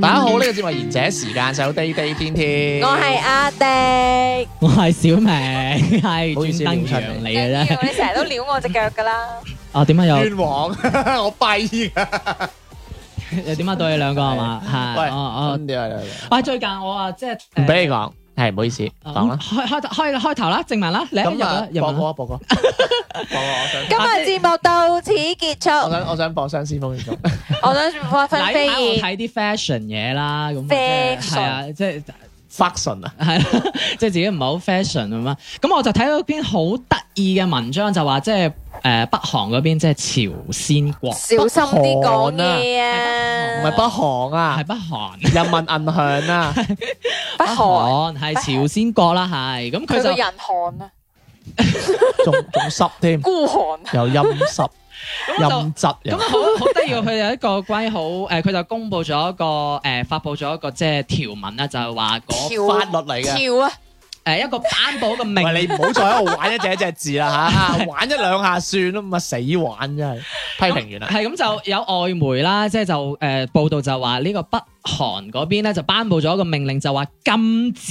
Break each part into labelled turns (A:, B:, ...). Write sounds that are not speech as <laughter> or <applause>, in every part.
A: 大家好，呢個節目係賢者時間，細佬地地天天。
B: 我係阿迪，
C: 我係小明，係
A: 唔好意思
C: 專登
A: 撩出
C: 揚
A: 你
C: 你嘅啫。
B: 你成日都撩我隻腳噶啦，
C: 啊，點解有
A: 冤枉， <laughs> 我跛噶。
C: 又點解啊對你兩個係嘛？
A: 喂
C: 係，哦
A: 咁點啊
C: 哦，喂，最近我啊，即係
A: 唔俾你講，係唔好意思，
C: 呃
A: 講啦。
C: 開開開開頭啦，正文啦，你入
A: 咁
C: 啦
A: 啊，，
C: 入
A: 播
C: 啦
A: 歌，播歌，播歌，我想。
B: 今日節目到此結
A: 我
B: 束，
A: 想我想播相思風雨中，
B: 我想發
C: 嗱
B: 分
C: 呢
B: 飛
C: 排我
B: 燕，
C: 睇啲 fashion 嘢啦，咁啊即係
B: Fashion
C: 係啊，即係。
A: 發神啊！
C: 係啦， <laughs> 即係自己唔係好 fashion 咁啦。咁我就睇到篇好得意嘅文章，就話即係誒北韓嗰邊即係朝鮮國，
B: 小心啲講嘢
A: 唔
B: 啊！
A: 係北韓
C: 係
A: 啊，
C: 北韓。
A: 人民銀行啊，
B: 北韓，
C: 韓係朝鮮國啦，係咁佢
B: 佢個
C: 就
B: 人寒啊，
A: 仲仲濕添，
B: 孤寒。
A: 又陰濕，
C: 就
A: 陰質
C: 咁啊
A: 又。
C: 好好
A: <laughs>
C: 得意喎。佢有一個關於好誒，佢就公布咗一個誒，發布咗一個即係條文啊啦，就係
A: <laughs>
C: 話嗰
B: 跳
A: 法律嚟嘅。
B: 跳啊！
C: 誒一個頒布嘅命
A: 喂，你唔好再喺度玩一隻一隻字
C: <laughs>
A: 啦吓，玩一兩下算啦，咁啊死玩真係批評完啦。
C: 係咁就有外媒啦，即係就誒、呃、報道就話呢個北韓嗰邊咧就頒布咗一個命令，就話禁止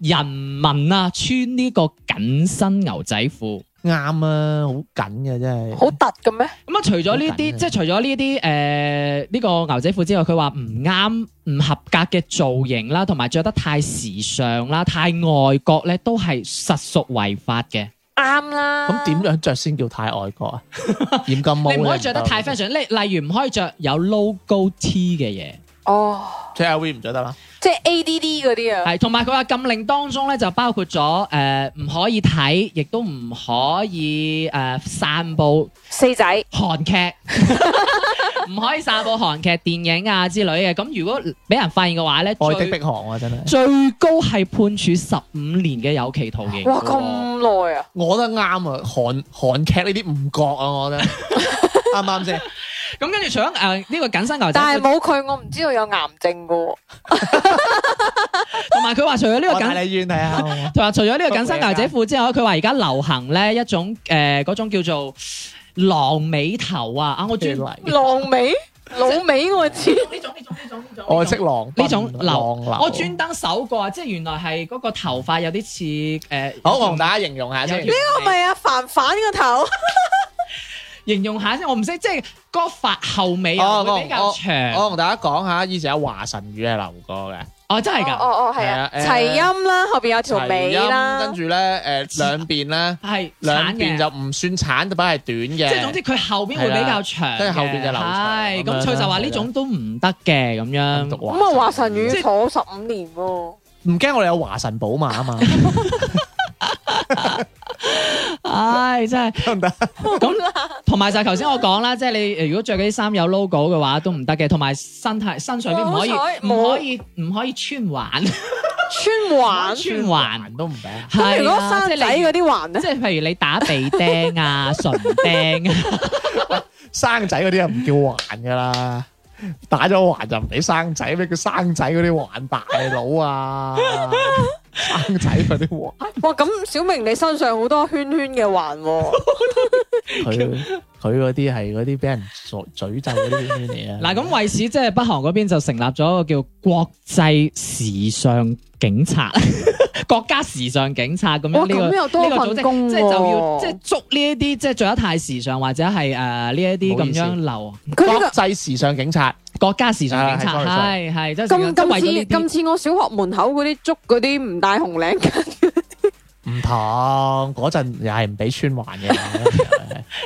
C: 人民啊穿呢個緊身牛仔褲。
A: 啱啊，好緊嘅真係。
B: 好突嘅咩？
C: 咁啊，除咗呢
A: 好緊
C: 啲，
A: 啊
C: 即係除咗呢啲誒呢個牛仔褲之外，佢話唔啱、唔合格嘅造型啦，同埋着得太時尚啦、太外國咧，都係實屬違法嘅。
B: 啱啦。
A: 咁點樣着先叫太外國
C: <laughs>
A: 啊？染金毛
C: 啊你唔可以着得太 fashion，例例如唔可以着有 logo T 嘅嘢。
B: 哦，
A: 着 LV 唔着得啦。
B: 即係 ADD 嗰啲啊，
C: 係，同埋佢話禁令當中咧就包括咗誒唔可以睇，亦都唔可以誒、呃散佈
B: 四仔
A: <laughs>
C: 韓劇，唔可以散佈韓劇、電影啊之類嘅。咁如果俾人發現嘅話咧，
A: 愛的
C: 最
A: 碧航啊，真係。
C: 最高係判處十五年嘅有期徒刑。
B: 哇咁耐啊！
A: 我覺得啱啊，韓韓劇呢啲唔覺啊，
C: <laughs>
A: 我覺得啱唔啱先？
C: 咁跟住除咗誒呢個緊身牛仔
B: 但係
C: 褲，
B: 冇佢，我唔知道有癌症噶喎。
C: 同埋佢話除咗呢個
A: 我
C: 緊
A: 帶你醫院睇下好唔好。
C: 佢話除咗呢個緊身牛仔褲之外，佢話而家流行咧一種呃誒嗰、種叫做呃狼尾頭啊！啊，我專
A: 狼
B: 狼尾，老尾我知。
C: 呢種呢種呢種呢種
A: 我識狼
C: 呢種
A: 狼
C: 流
A: 流。
C: 我專登搜過啊，即係原來係嗰個頭髮有啲似呃誒，
A: 好，我同大家形容下先
C: 有。
B: 係咪啊？凡凡個頭，
C: 形容下先，我唔識，即係嗰個髮後尾
A: 哦
C: 啊會比較長，
A: 我同大家講下，以前有華晨宇係流過嘅。
C: 哦真係
B: 哦
C: 㗎，
B: 哦哦，係
A: 係啊
B: 啊，
A: 誒
B: 齊音啦，後邊有條尾
A: 齊音
B: 啦
A: 跟，住咧誒兩邊咧
C: 係
A: 兩
C: 鏟
A: 邊
C: 嘅
A: 就。唔算鏟，就反係短嘅。
C: 即係總之佢後邊會比較長嘅，
A: 跟住後邊就留長咁樣
C: 係咁，佢就話呢種都唔得嘅咁樣。
A: 讀
B: 咁啊華晨宇
C: 即係
B: 坐十五年喎，
A: 唔驚我哋有華晨寶馬啊嘛，
C: 唉，真係
A: <laughs> 得唔得？
C: 咁。同埋就係頭先我講啦，即係你如果着嗰啲衫有 logo 嘅話都唔得嘅，同埋身體身上邊唔可以
B: 哇好彩
C: 唔可以唔可以穿環。
B: 穿環。
C: 穿環
A: 都唔得。
B: 咁
C: 係
B: 如果
C: 啊，即
B: 生
C: 係
B: 仔
C: 你
B: 嗰啲環咧
C: 即，係譬如你打鼻
B: <laughs>
C: 釘啊、唇釘啊，
A: 生仔嗰啲又唔叫環噶啦，打咗環就唔俾生仔，咩叫生仔嗰啲環大佬
C: <laughs>
A: 啊？生仔嗰啲環，
B: 哇！咁小明你身上好多圈圈嘅環喎，
C: <laughs>
A: 佢佢嗰啲係嗰啲俾人詛詛咒嗰啲圈圈嚟啊！
C: 嗱咁為此即係北韓嗰邊就成立咗一個叫國際時尚警察， <laughs> 國家時尚警察咁
B: 哇！
C: 樣呢個
B: 咁又多
C: 呢個組
B: 份
C: 織，
B: 工
C: 即係就要
B: 喎
C: 即係。捉呢一啲即係着得太時尚或者係誒呢一啲咁樣流
B: 佢呢
A: 國
B: 個
A: 際時尚警察，
C: 國家時尚警
A: 啊係
C: 察
A: ，sorry，
C: 係係即係
B: 咁
C: 成日為咗
B: 咁
C: 呢
B: 似咁
C: 啲
B: 似我小學門口嗰啲捉嗰啲唔戴
C: <laughs>
B: 紅領巾，
A: 唔同嗰陣又係唔俾穿環嘅，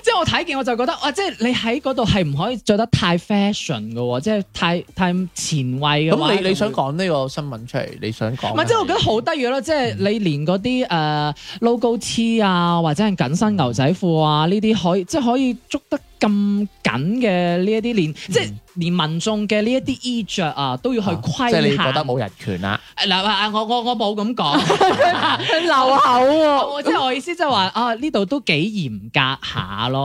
C: 即係我睇見我就覺得，哇！即係你喺嗰度係唔可以着得太 fashion 嘅喎，即係太太前衛嘅話。
A: 咁你你
C: 就會
A: 想講呢個新聞出嚟，你想講？
C: 唔係，即係我覺得好低嘅咯，即係你連嗰啲誒 logo T 啊，或者係緊身牛仔褲啊，呢啲可以即係可以捉得咁緊嘅呢一啲，
A: 嗯
C: 連即係連民眾嘅呢一啲衣着啊，都要去規限。
A: 即係你覺得冇人權
C: <laughs>
A: 啦？
C: 誒嗱啊！我我我冇
A: <laughs>
C: 咁講，
B: 佢流口
C: 我即係我意思即係話啊，呢度都幾嚴格下咯。 <laughs>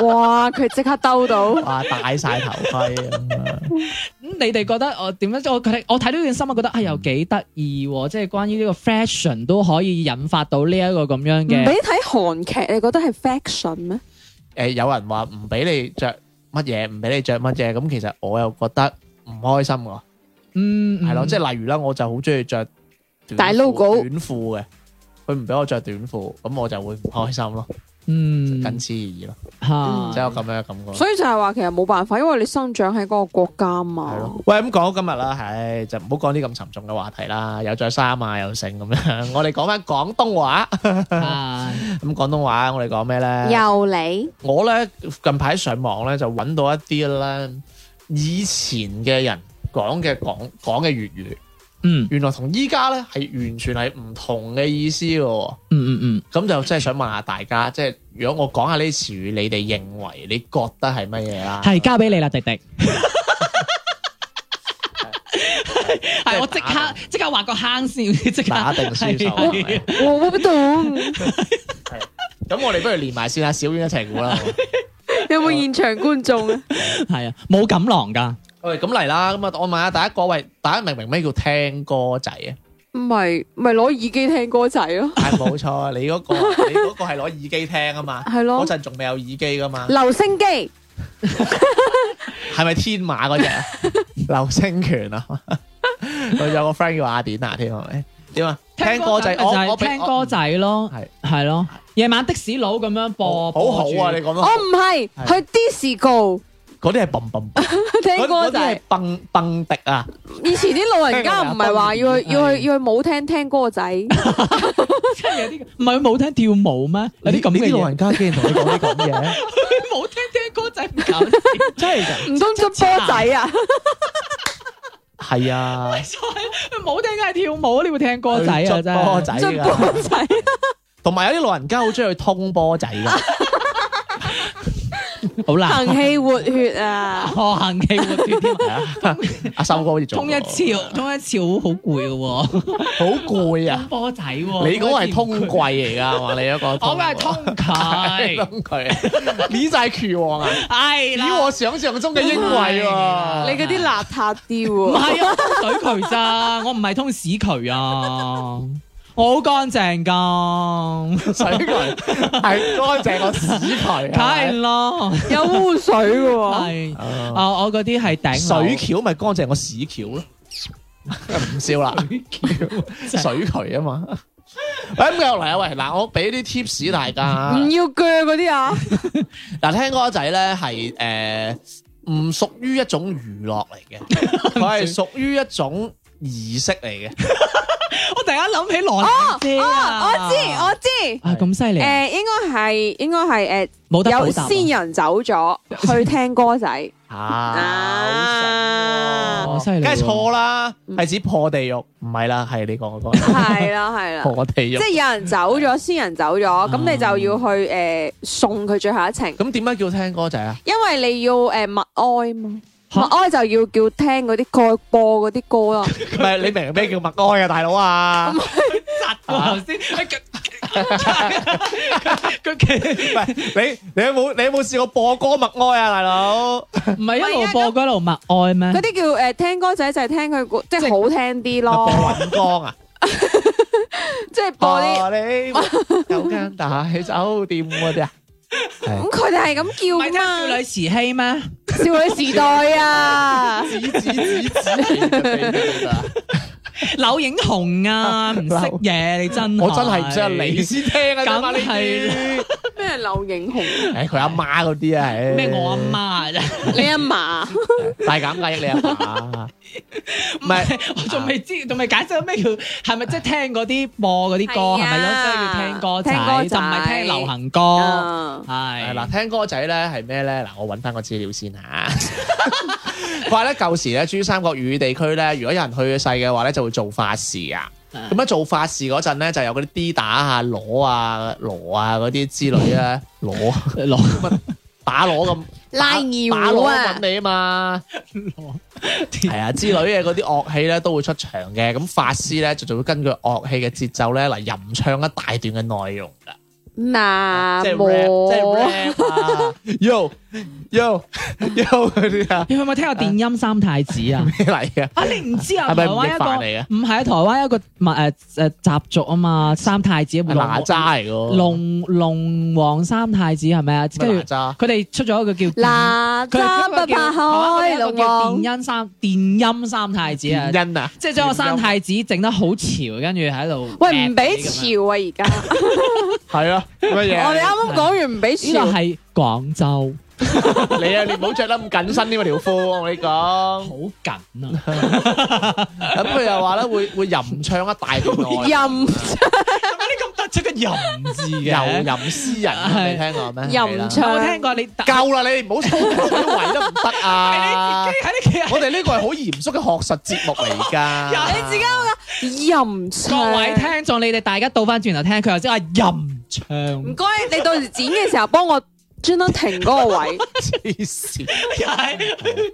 B: 喎，哇！佢即刻兜到，
A: 啊，戴晒頭盔咁樣
C: 咁你哋覺得我點樣？我睇我睇到呢件新聞，覺得啊又幾得意喎！即係關於呢個 fashion 都可以引發到呢一個咁樣
B: 唔
C: 嘅。
B: 俾睇韓劇，你覺得係 faction 咩？
A: 誒，有人話唔俾你着乜嘢，唔俾你着乜嘢，咁其實我又覺得唔開心喎。
C: 嗯，
A: 係咯，
C: 嗯
A: 即係例如啦，我就好中意着短褲
B: 大 logo
A: 短褲嘅，佢唔俾我着短褲，咁我就會唔開心咯，
C: 嗯
A: 僅此而已咯，
C: 吓
A: 即係有咁樣嘅
C: 哦
A: 感覺。
B: 所以就係話其實冇辦法，因為你生長喺嗰個國家
A: 係
B: 嘛
A: 咯。，喂，咁講今日啦，唉，就唔好講啲咁沉重嘅話題啦，又着衫啊，又剩咁樣。 <laughs> 我哋講翻廣東話，
C: 啊
A: 咁廣東話我哋講咩咧？
B: 又你
A: 我咧近排上網咧就揾到一啲咧以前嘅人講嘅講講嘅粵語，
C: 嗯
A: 原來同依家咧係完全係唔同嘅意思嘅喎。
C: 嗯嗯嗯，
A: 咁就真係想問下大家，即係如果我講下呢啲詞語，你哋認為你覺得係乜嘢啦？
C: 係交俾你啦，迪迪。
A: 即係
C: 係我即刻
A: 打
C: 即刻挖個坑先，即刻
A: 打定輸手係咪
C: 係
B: 我不懂，
A: 咁我哋不如連埋先啊，小丸一齊估啦。好
B: <laughs> 有冇現場觀眾啊？
C: 係啊，冇錦囊㗎。
A: 喂，咁嚟啦，咁啊，我問下第一個，喂，大家明唔明咩叫聽歌仔啊？
B: 唔係咪攞耳機聽歌仔咯？
A: 係冇錯，
B: <laughs>
A: 你嗰個你嗰個係攞耳機聽啊嘛，
B: 係
A: 嗰
B: 咯，
A: 陣仲未有耳機噶嘛，
B: 留聲機
A: 係咪天馬嗰只啊？
B: <laughs>
A: 流星拳啊？我有個 friend 叫阿典娜添，係咪？點啊？聽歌仔，
C: 咪就
A: 我我
C: 係
A: 俾
C: 聽歌仔咯，
A: 係
C: 係咯，夜晚的士佬咁樣
A: 我
C: 播，
A: 好好啊！你
C: 你
A: 講
B: 我
A: 得好
B: 唔哦係
A: 係
B: 去 disco
A: 嗰啲係嘣
C: <laughs>
A: 嘣。
B: 聽歌
A: 嗰啲係
B: 仔。
A: 蹦蹦迪啊！
B: 以前啲老人家唔係話要去
C: 係
B: 要去要去舞廳聽歌仔，
C: 真係有啲唔係佢冇聽跳舞咩？有啲咁嘅嘢，
A: 人家竟然同你講啲咁嘢，
C: 佢冇聽聽歌仔唔搞笑， <laughs> 真係㗎。
B: <laughs> 唔通捉波仔啊？
A: 係啊，
C: 佢冇聽梗係跳舞，你會聽歌仔啊？
A: 佢
C: 真
A: 捉波
C: 係。
B: <laughs>
A: 仔
B: 捉
A: 㗎，
B: 波仔，
A: 同埋有啲老人家好中意去通波仔㗎，
C: 好啦，
B: 行氣活血 <laughs> 啊！
C: 我行氣活血添。
A: 係啊，阿修哥好似做
C: 通一
A: 過
C: 潮，通一潮好攰嘅喎，
A: 好攰
C: 通
A: 啊！
C: 波仔喎。
A: 你嗰個係通櫃嚟㗎，係嘛？你嗰個
C: 哦 <laughs> 我
A: 通
C: 嗰個係通
A: <laughs>
C: 佢，
A: 通 <laughs> 櫃，你就係渠王啊！
C: <laughs> 係
A: 以
C: 啦。
A: 我想象中嘅英偉
B: 你
A: 喎， <laughs>
B: 嗰啲邋遢啲
C: 唔
B: 喎，
C: 係啊，我通水渠咋，我唔係通屎渠啊，我好乾淨㗎，
A: 水渠係乾淨過屎渠，啊係
C: 梗係
A: 咪
C: 咯，
B: 有污水嘅喎。
C: 係
A: 啊
C: 啊，我嗰啲係頂樓
A: 水橋咪乾淨過屎橋咯，唔笑啦。水渠啊嘛。喂，咁又嚟啊！喂，嗱，我俾啲 tips 大家。
C: 嗯
B: 唔要鋸嗰啲啊！
A: 嗱，聽歌仔咧係誒唔屬於一種娛樂嚟嘅，
C: <laughs>
A: 佢係屬於一種儀式嚟嘅。
C: 我突然間諗起羅蘭姐啊，
B: 我知我知，
C: 啊咁犀利啊，
B: 誒應該係應該係
C: 冇得
B: 誒有
C: 補答啊
B: 先人走咗去聽歌仔，
A: 啊，好
C: 好犀
A: 神喎
C: 利喎
A: 梗係錯啦，係指破地獄，唔係啦，係你
C: <laughs>
A: 講嗰個
B: 係啦係啦，
A: 破地
B: 即
A: 獄。
B: 係有人走咗，先人走咗，咁你就要去誒送佢最後一程，
A: 咁點解叫聽歌仔啊？
B: 因為你要誒默哀嘛，
C: 嚇
B: 默哀就要叫聽嗰啲歌播嗰啲歌咯，
A: 唔係你明咩叫默哀啊，大佬啊？
C: 窒喎頭先，佢
A: 唔
C: 佢佢
A: 係你你有冇你有冇試過播歌默哀啊，大佬？
C: 唔係一路播歌一路默哀咩
B: 嗰？啲叫誒聽歌仔就係聽佢個即係好聽啲
A: 播
B: 咯，
A: 雲光啊？
B: 即係播啲。
A: 啲有間大酒店嗰
C: <laughs>
A: 啲啊，
B: 咁佢哋係
C: 唔
B: 咁
C: 係
B: 叫
C: 少
B: 噶嘛
C: 女，慈禧咩？
B: 少女時代啊！
A: 指指指指啊！
C: 柳影 à. 紅啊，唔識嘢你真係，
A: 我真係唔識啊，你先聽啊，
C: 梗
A: 啫嘛呢
C: 係
A: 啲
B: <laughs> 咩係劉影紅，
A: 唉，佢阿媽嗰啲啊，唉
C: 咩我阿，媽啊啫，
B: 你阿嫲
A: 大減壓抑你阿爸，唔
C: 唔
A: 係
C: 係 <laughs> 我
B: 啊
C: 仲未知，仲未解釋咩叫係咪即係聽嗰啲播嗰啲歌係
B: 係啊
C: 咪咯？即係要聽歌
B: 聽
C: 仔，
B: 歌仔
C: 就唔係聽流行歌，
B: 啊，
C: 係
A: 係嗱，聽歌仔咧係咩咧？嗱，我揾翻個資料先嚇。佢 <laughs> 話咧舊時咧珠三角粵語地區咧，如果有人去世嘅話咧，就會做法事啊。咁咧做法事嗰陣咧，就有嗰啲 D 打啊、攞啊、羅啊嗰啲之類啊， <laughs> 攞
C: 羅
A: 打攞咁
B: 拉二
A: 打
B: 胡
A: 攞
B: 啊，
A: 揾你啊嘛，係啊之類嘅嗰啲樂器咧都會出場嘅。咁法師咧就就會根據樂器嘅節奏咧嚟吟唱一大段嘅內容㗎。
B: 嗱，
A: 即係 rap，
B: 啊冇
A: 即係 rap 啊，yo yo yo 嗰啲啊，
C: 你有冇聽過電音三太子
A: <laughs>
C: 啊？
A: 咩嚟嘅？
C: 啊！你唔知啊？
A: 係
C: 台
A: 咪
C: 灣
A: 吳亦
C: 一
A: 凡嚟嘅
C: 個唔係啊，台灣一個物誒誒習俗啊嘛，三太子
A: 係哪吒嚟嘅，
C: 龍龍王三太子係咪啊？跟
A: 咩
C: 住
A: 哪吒？
C: 佢哋出咗一個叫
B: 嗱，
C: 佢
B: 三不怕
C: 佢
B: 海，
C: 有
B: 老
C: 一個叫
B: 王
C: 電音三電音三太子啊！
A: 電音啊，
C: 即係將個三太子整得好潮，跟住喺度
B: 喂，唔俾
C: rap 咁樣
B: 潮啊！而家
C: <laughs>
A: 係啊，乜
B: 我哋
A: 嘢？
B: 啱啱講完唔俾
C: 呢個
B: 潮，
C: 係廣州，
A: 你啊，你唔好着得咁緊身添啊條褲，我同你
C: 好
A: 講。
C: 緊啊！ <laughs>
A: 咁佢又話咧會會吟唱一大
B: <laughs>
A: 段內容，
B: 任
C: 點解你咁突出個淫字
A: 遊
C: 嘅？
A: 吟詩人啊，你聽過咩？係啦
B: 吟唱
C: 有冇聽過你？
A: 夠啦，你唔好粗口圍得唔得啊
C: 係！你啊自己喺啲
A: 我哋呢個係好嚴肅嘅學術節目嚟㗎。
B: 你自己有任唱，
C: 各位聽眾，你哋大家倒翻轉頭聽，佢又即係話吟
B: 唔
C: 唱，
B: 該，你到時剪嘅時候幫我專登停嗰個
C: <laughs>
B: 位，
A: 黐線。
C: 又係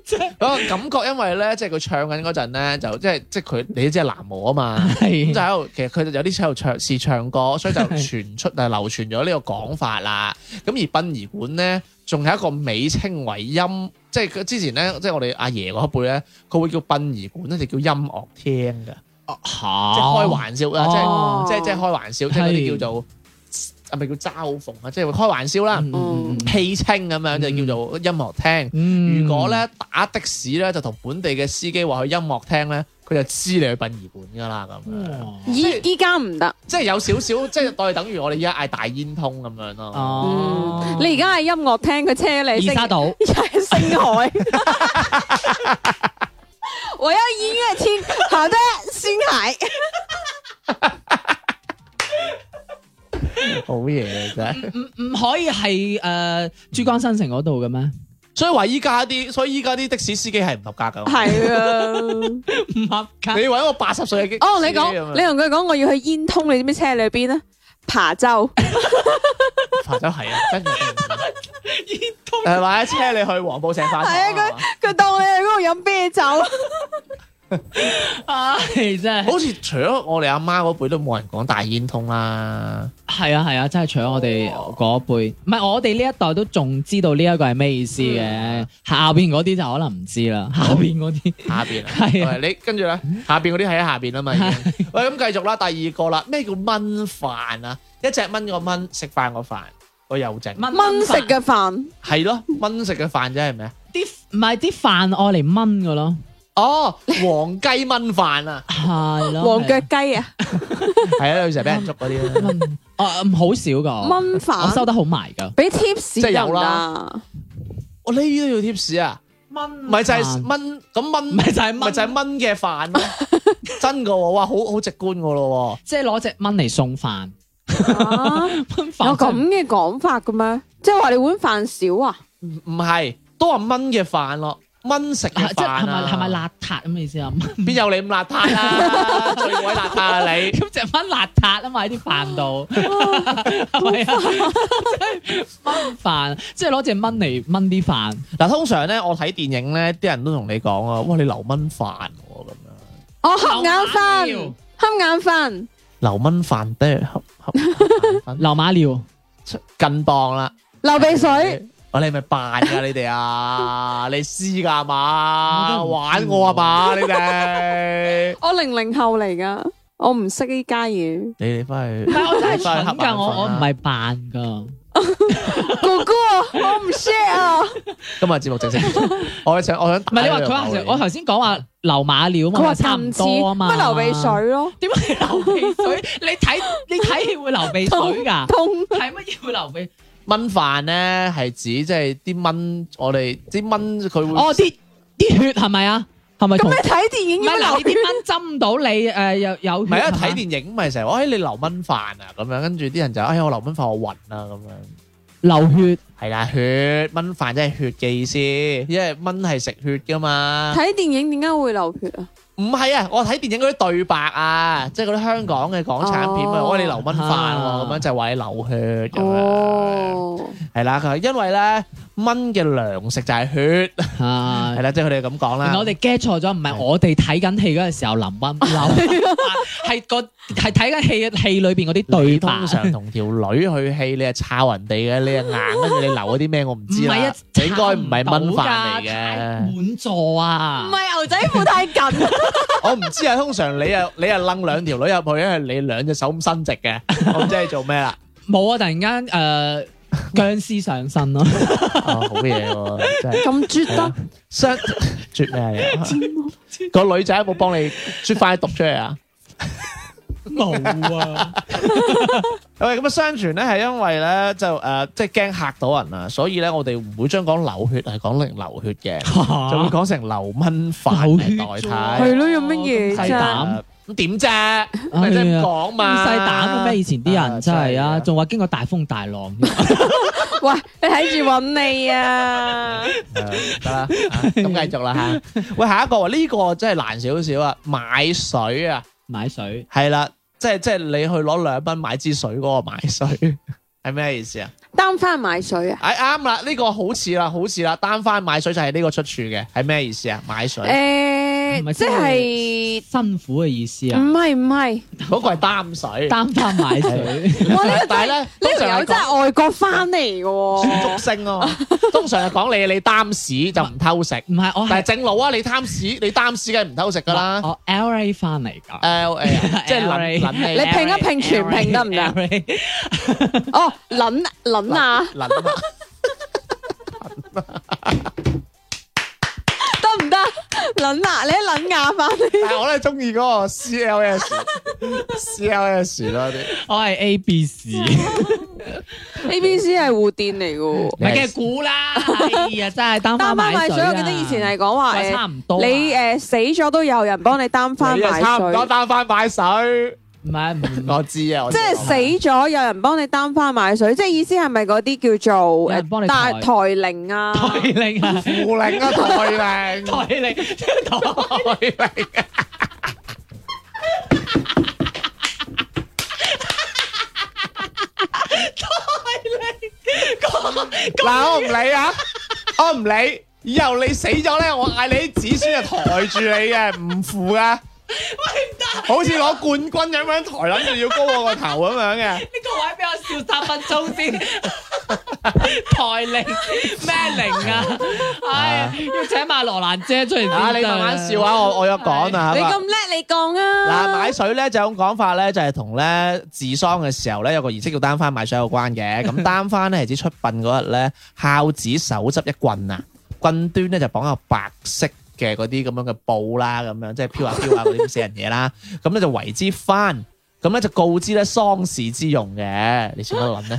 C: 即係
A: 嗰個感覺，因為咧，即係佢唱緊嗰陣咧，就即係即係佢，你即係男模啊嘛，咁就
C: 係
A: 喺度，其實佢就有啲喺度唱試唱歌，所以就傳出啊流傳咗呢個講法啦。咁而殯儀館咧，仲有一個美稱為音，即係佢之前咧，即係我哋阿爺嗰一輩咧，佢會叫殯儀館咧就叫音樂廳㗎，即係開
C: 嚇，
A: 玩笑啊，即係
B: 哦
A: 即係即係開玩笑，即係嗰啲
C: 係
A: 叫做係咪叫嘲諷啊？即係開玩笑啦，
B: 嗯
A: 戲稱咁樣就叫做音樂廳。
C: 嗯
A: 如果咧打的士咧，就同本地嘅司機話去音樂廳咧，佢就知你去殯儀館噶啦咁樣，
C: 哇
B: 依依家唔得。
A: 即係有少少， <laughs> 即係代等於我哋依家嗌大煙通咁樣咯。
C: 哦
B: 嗯，，你而家喺音樂廳，佢車你
C: 二
B: 星 <laughs>
C: 沙島，
B: 在星海。 <laughs> 我要音樂廳，好的，星海。
A: 好嘢真係，
C: 唔唔可以係誒珠江新城嗰度嘅咩？
A: 所以話依家啲，所以依家啲的士司機係唔合格噶。
B: 係啊，
C: 唔合格
A: 你揾個八十歲嘅
B: <laughs> 哦，你
A: 司機
B: 講，
C: 啊
A: 咁樣 <laughs>
B: 你同佢講我要去煙通，你知唔知車你去邊啊？琶洲，
A: 發咗係啊，真係
C: 煙通
A: 係咪？車你去黃埔石化
B: 係啊
A: 堂啊，
B: 佢當你去嗰度飲啤
C: <laughs>
B: 酒。
C: 唉，真係
A: 好似除咗我哋阿媽嗰輩都冇人講大煙通 <laughs> 啦。
C: 係啊係啊，真係除咗我哋嗰一輩，唔係我哋呢一代都仲知道呢一個係咩意思嘅，下邊嗰啲就可能唔知啦，嗯 <laughs> 下邊嗰啲
A: 下邊啊，
C: 係啊
A: 喂你跟住咧，下邊嗰啲喺下邊啊嘛。已經 <laughs> 喂，咁繼續啦，第二個啦，咩叫蚊飯啊？一隻蚊個蚊，食飯個飯，個又正，
B: 蚊食嘅飯，
A: 係咯，蚊食嘅飯啫係啊咩？
C: 啲唔係啲飯愛嚟炆嘅咯，
A: 哦，黃雞蚊飯啊，
C: 係咯，
B: 黃腳雞啊，
A: 係啊，有時候俾人捉嗰啲啦，
C: 啊唔好少噶，
B: 蚊
C: 我收
B: 飯，
C: 得好埋噶，
B: 俾 tips 啊
A: 係有
B: 得唔
A: 啦
B: 得？
A: 我哦呢啲都要 tips 啊，
C: 蚊
A: 咪就係蚊咁蚊，
C: 咪就係蚊
A: 咪就係蚊嘅飯 <laughs> 咯，真噶喎，哇，好好直觀噶咯
C: 即係攞只蚊嚟送飯，
B: 啊
C: <laughs> 蚊飯
B: 有咁嘅講法嘅咩？即係話你碗飯少啊？
A: 喎，唔唔係，都話蚊嘅飯咯，蚊食
C: 啊
A: 嘅飯
C: 即係係
A: 啊
C: 咪係咪邋遢咁嘅意思啊？
A: 邊有你咁邋遢
C: <laughs>
A: 啊？最鬼邋遢啊你！
C: 咁隻蚊邋遢啊嘛喺啲飯度，係咪啊？蚊飯，啊即係攞隻蚊嚟掹啲飯，
A: 嗱，通常咧，我睇電影咧，啲人都同你講啊，哇，你留蚊飯喎咁樣，
B: 我
C: 哦
B: 瞌哦眼
C: 流馬
B: 瞓
C: 尿，
B: 瞌眼瞓，
A: 留蚊飯都係恰恰
C: 流馬尿，
A: 近磅啦。
B: 流鼻水，
A: 我你係咪扮噶你哋
C: <laughs>
A: 啊？你知噶嘛？
C: 我都
A: 玩
C: 唔知喎
A: 我啊嘛？你
C: <laughs>
A: 哋，
B: 我零零後嚟噶，我唔識呢家嘢。
A: 你哋翻
C: 唔
A: 去，
C: 係我真係
A: 你
C: 蠢
A: 翻去
C: 㗎，
A: 黑眼瞓啦啊
C: 我我唔係扮㗎，
B: 哥哥，我唔 share 啊！
A: 今日節目正式結束，我想我想
C: 唔係你話
A: 打
C: 佢
A: 呢
C: 話
A: 個
C: 我頭先講話流馬尿啊嘛，
B: 佢話
C: 差
B: 差
C: 唔
B: 唔似，
C: 多啊嘛，
B: 乜流鼻水咯，
C: 點
B: <laughs>
C: 解流鼻水？你睇你睇戲會流鼻水㗎？
B: 痛
C: 係乜嘢會流鼻？
A: 蚊飯咧係指即係啲蚊，我哋啲蚊佢會
C: 哦，啲啲血係咪啊？係咪
B: 咁
C: 同？
B: 你睇電影
C: 唔
B: 要
C: 係嗱，
B: 流
C: 你啲蚊針到你誒有有
A: 唔
C: 唔
A: 係啊！睇電影咪成日話，哎你流蚊飯啊咁樣，跟住啲人就哎我流蚊飯我暈啊咁樣。
C: 流血
A: 係啦，血蚊飯即係血嘅意思，因為蚊係食血噶嘛。
B: 睇電影點解會流血啊？
A: 唔係啊，我睇電影嗰啲對白啊，即係嗰啲香港嘅港產片啊，
B: 哦
A: 我你流蚊飯喎，
C: 啊
A: 咁樣就話你流血咁樣。
B: 哦，
A: 係啦，佢話因為咧蚊嘅糧食就係血，
C: 啊
A: 係！啦，即係佢哋咁講啦。
C: 我哋 get 錯咗，唔係我哋睇緊戲嗰陣時候淋
A: <laughs>
C: 温流，係個係睇緊戲戲裏邊嗰啲對
A: 你
C: 白。
A: 通常同條女去戲，你係抄人哋嘅，你係硬，跟住你留嗰啲咩我唔知啦。
C: 唔係啊
A: 你應該唔係蚊飯嚟
C: 太
A: 嘅，
C: 滿座啊！
B: 係牛仔褲太緊，
A: 我唔知啊。通常你啊你啊掕兩條女入去，因為你兩隻手咁伸直嘅，我唔知係做咩
C: <laughs>
A: 啦。
C: 冇啊！突然間誒、呃
A: <laughs>
C: 僵屍上身咯，
A: 啊好嘢喎，真係
B: 咁絕
A: 係啊
B: 得
A: 相啜咩 <laughs> 嘢？個女仔有冇幫你啜快讀出嚟啊？
C: <laughs> 冇啊！
A: 喂，咁啊，相傳咧係因為咧就誒、呃即係驚嚇到人啊，所以咧我哋唔會將講流血係講成流血嘅，就會講成流蚊飯嚟代替。
B: 哦係咯，有乜嘢
C: 咁細
B: 啫
C: 膽？
A: 咁點啫？咪即哎係咁啊講嘛，
C: 咁細膽嘅咩？以前啲人真係
A: 啊
C: 啊，
A: 真
C: 仲話經過大風大浪，
B: 喂，你睇住揾你啊！
A: 係啊得啦，啊咁繼續啦嚇。 <laughs> 喂，下一個喎呢個真係難少少啊，買水啊，
C: 買水
A: 係啦，即係即係你去攞兩蚊買支水嗰個買水 <laughs> 係咩意思啊？
B: 擔翻買水啊！
A: 哎啱啦，呢個好似啦，好似啦，單翻買水就係呢個出處嘅，係咩意思啊？買水。
B: 誒
C: 係，咪
B: 即嗯
C: 真
B: 係
C: 辛苦嘅意思
B: 唔
C: 啊，
B: 係唔係？
A: 嗰個係擔水，
C: 擔翻買水，
B: 哇！呢
A: <laughs> 但係咧，
B: 個呢
A: 通
B: 條
A: 常
B: 友
A: 係
B: 真
A: 講
B: 係外國翻嚟
C: <laughs>
B: 嘅
A: 竹
B: 喎，
A: 升啊嘛，通常係講你你擔屎就唔偷食，
C: 唔係我
A: 但係
C: 係
A: 正路啊，你貪屎你擔屎梗係唔偷食噶啦
B: 哦
C: 我 L A 翻嚟㗎。
A: ，L
C: <laughs>
A: A
B: <laughs>
A: 啊即係撚
C: LA
A: 撚啊你
B: 你拼一拼全拼得唔得
C: LA
B: 哦，撚撚啊，
A: 撚啊嘛，
B: 得唔得？撚啊，你一撚牙翻嚟，
A: 但係哎我咧中意嗰個 C L
B: <laughs>
A: S C L S 咯啲，
C: <laughs> 我係 A B C，唔
B: A B C 係護墊嚟嘅
C: <laughs>
B: 喎。
C: 係嘅估啦。哎呀，真係擔
B: 擔翻
C: 翻
B: 買
C: 買
B: 水，
C: 水啊！
B: 我記得以前係講話
C: 話差
B: 誒，
C: 唔多啊，
B: 你誒死咗都有人幫你擔翻
A: 你又
B: 買
A: 差唔多
B: 水，
A: 擔翻買水，
C: 唔係唔
A: 我知啊，我
B: 即
A: 知
B: 係死咗有人幫你擔翻買水，即係意思係咪嗰啲叫做
C: 有人幫
B: 誒
C: 你
B: 大
C: 抬
B: 抬鈴啊？
C: 台令啊，
A: 扶靈啊，台靈，
C: <laughs> 台令，即係台
A: 台靈。嗱，我唔理啊，我唔理。以後你死咗咧，我嗌你啲子孫就抬住你嘅，唔扶噶。好似攞冠軍咁樣抬，諗住要高我個頭咁樣嘅。
C: 呢個位俾我笑三分鐘先。台令咩令啊？唉呀，要請埋羅蘭姐出嚟先得
A: 啊，你慢慢笑啊，我我有講啊。
B: 你
A: 好嘛
B: 咁叻，你講啊！
A: 嗱，買水咧就有種講法咧，就係同咧治喪嘅時候咧有個儀式叫擔幡買水有關嘅。咁擔幡咧係指出殯嗰日咧，孝子手執一棍啊，棍端咧就綁有白色嘅嗰啲咁樣嘅布啦，咁樣即係飄下飄下嗰啲死人嘢啦。 <laughs> 咁咧就為之幡，咁咧就告知咧喪事之用嘅。你笑乜諗咧？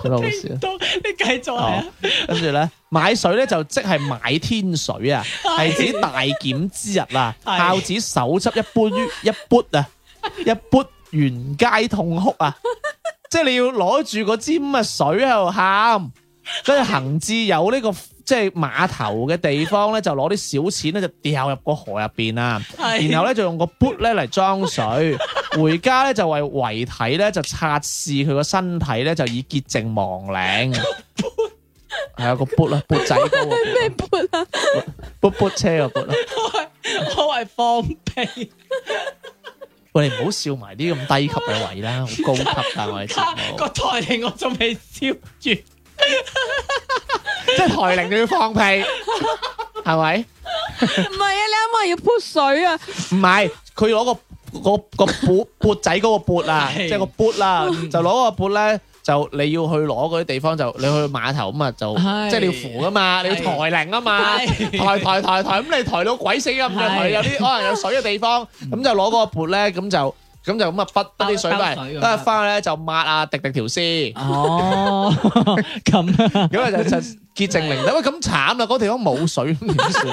A: 覺得好笑。
C: 到你繼續
A: 哦
C: 啊！，
A: 跟住咧買水咧就即係買天水啊，係指大檢之日啊，
C: 係
A: 孝子手執一杯
C: <laughs>
A: 於一砵啊，一砵沿街痛哭啊，即係你要攞住嗰支咁嘅水喺度喊，跟住行至有呢、個即係碼頭嘅地方咧，就攞啲小錢咧就掉入個河入邊啊。
C: 係
A: 然後咧就用個 boot 咧嚟裝水，回家咧就為遺體咧就擦拭佢個身體咧就以潔淨亡靈。係啊，個 boot 啦，boot 仔高個 boot 啊
B: 撥啦，
A: boot boot 車個啊 boot 啦。
C: 我係放屁，
A: 喂，你唔好笑埋啲咁低級嘅位啦，好高級噶我哋節
C: <laughs>
A: 目
C: 個，台令我仲未笑完。
A: 即係台鈴都要放屁，係咪？
B: 唔係啊！你啱啱要潑水啊！
A: 唔係，佢攞個個個缽缽仔嗰個缽啊，
C: <laughs> 係嗯
A: 即係個缽啦，就攞個缽咧，就你要去攞嗰啲地方就你去碼頭咁啊，就
C: 係
A: 即係你要扶噶嘛，你要
C: 係
A: 抬鈴啊嘛，
C: 係
A: 抬抬抬抬咁你抬到鬼死咁，就
C: 係 <laughs>
A: 抬有啲可能有水嘅地方，咁就攞嗰個缽咧，咁就。咁就咁啊，滗滗啲水翻
C: 兜
A: 嚟，
C: 水咁啊
A: 得翻去咧就抹啊，滴滴條絲，
C: 哦，咁啊
A: 咁啊就就潔淨靈體。喂，咁慘啦，嗰地方冇水咁點算？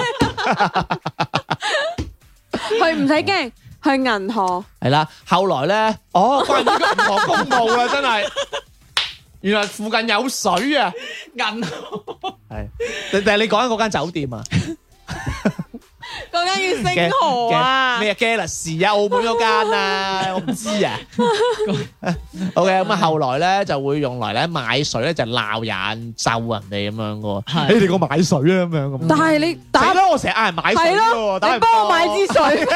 B: 佢唔使驚，去銀河。
A: 係啦，後來咧，哦，關於呢個銀河公墓啦，真係，原來附近有水啊！
C: 銀
A: 係，但但係你講緊嗰間酒店啊？
B: 嗰間叫
A: 嘅
B: 星河啊，
A: 咩 Galaxy <laughs> 啊，澳門嗰間啊，我唔知啊。OK，咁啊，後來咧就會用嚟咧買水咧就鬧人、咒人哋咁樣噶
C: 係
A: 喎。你哋個買水啊咁樣咁。
B: 但係你打
A: 打啦！我成日嗌人買水
B: 係
A: 喎，
B: 咯，
A: 打
B: 你
A: 人
B: 幫我
A: 波
B: 買支
A: <laughs>
B: 水。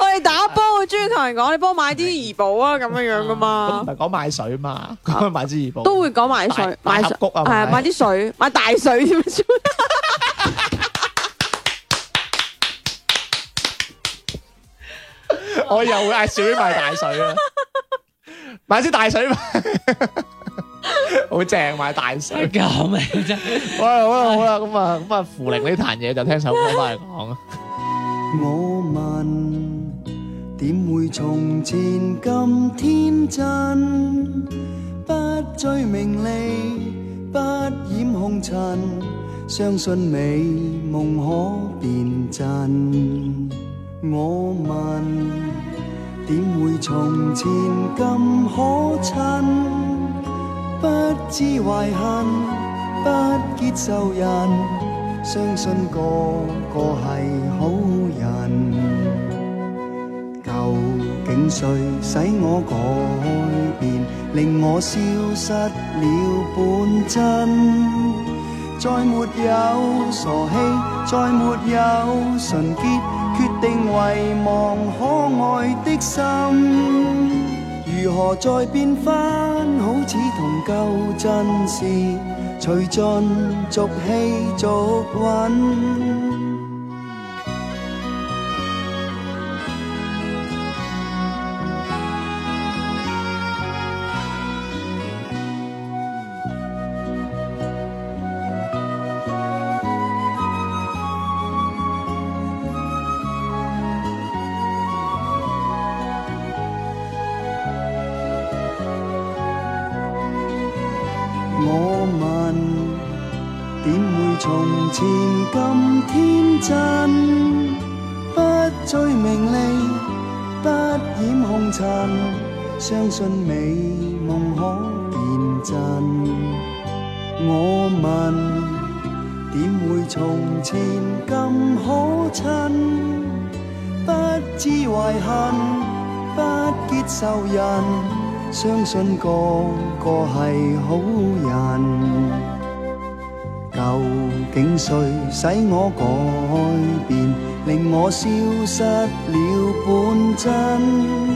B: 我哋打波，我中意同人講，你幫我買啲怡寶啊，咁樣樣噶
A: 咁唔
B: 嘛，
A: 係講買水嘛，講買支怡寶。
B: 都會講買水，
A: 買
B: 買
A: 盒
B: 水
A: 谷
B: 係
A: 啊
B: 啊
A: 買
B: 買啲水，買大水添。
A: <laughs> 我又會嗌小妹買大水啊，買支大水
C: <laughs>
A: 嘛，好正買大水。
C: 咁啊嚟啫。
A: 好啦好啦好啦，咁啊咁啊，扶靈呢壇嘢就聽首歌翻嚟講啊。
D: 我問點會從前咁天真？不追名利，不染紅塵，相信美夢可變真。我問點會從前咁可親？不知懷恨，不結仇人。相信個個係好人。究竟誰使我改變，令我消失了本真？再沒有傻氣，再沒有純潔，決定遺忘可愛的心。如何再變返好似同舊陣時，隨盡俗氣俗韻。我問點會從前咁天真？不追名利，不染紅塵，相信美夢可變真。我問點會從前咁可親？不知懷恨，不結仇人。相信個個係好人。究竟誰使我改變，令我消失了本真？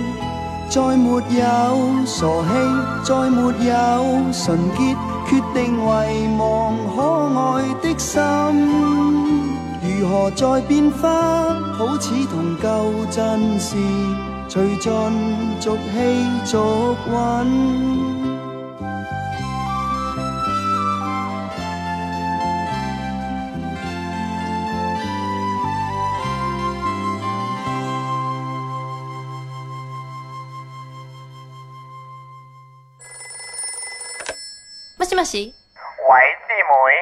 D: 再沒有傻氣，再沒有純潔，決定遺忘可愛的心。如何再變化？好似同舊陣時，隨盡俗氣俗韻。
E: もしもし
F: 喂，師妹，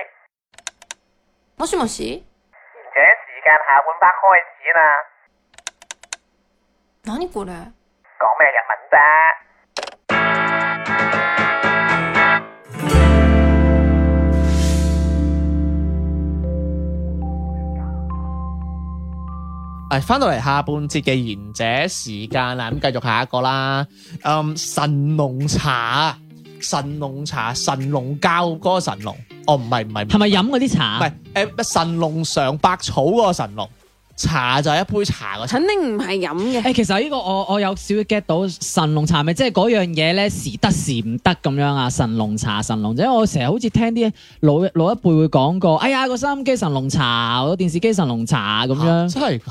E: もしもし
F: 賢者時間下半 part 開始啦，
E: 何こ
F: 講
E: れ
F: 咩日文啫？
A: 诶，翻到嚟下半節嘅賢者時間啦，咁繼續下一個啦。嗯，神龍茶，啊神龍茶，神龍教嗰個神龍，哦，唔係唔係，
C: 係咪
A: 唔
C: 飲嗰
A: 係？唔
C: 啲茶啊
A: 係？誒，神龍嘗百草嗰個神龍，茶就係一杯茶個茶，
B: 肯定唔係飲嘅，
C: 誒，其實呢個我我有少少 get 到神龍茶咪即係嗰樣嘢咧，時得時唔得咁樣啊！神龍茶、神龍，因為我成日好似聽啲老老一輩會講過，哎呀個收音機神龍茶，個電視機神龍茶咁
A: 嚇
C: 樣，
A: 啊真係㗎。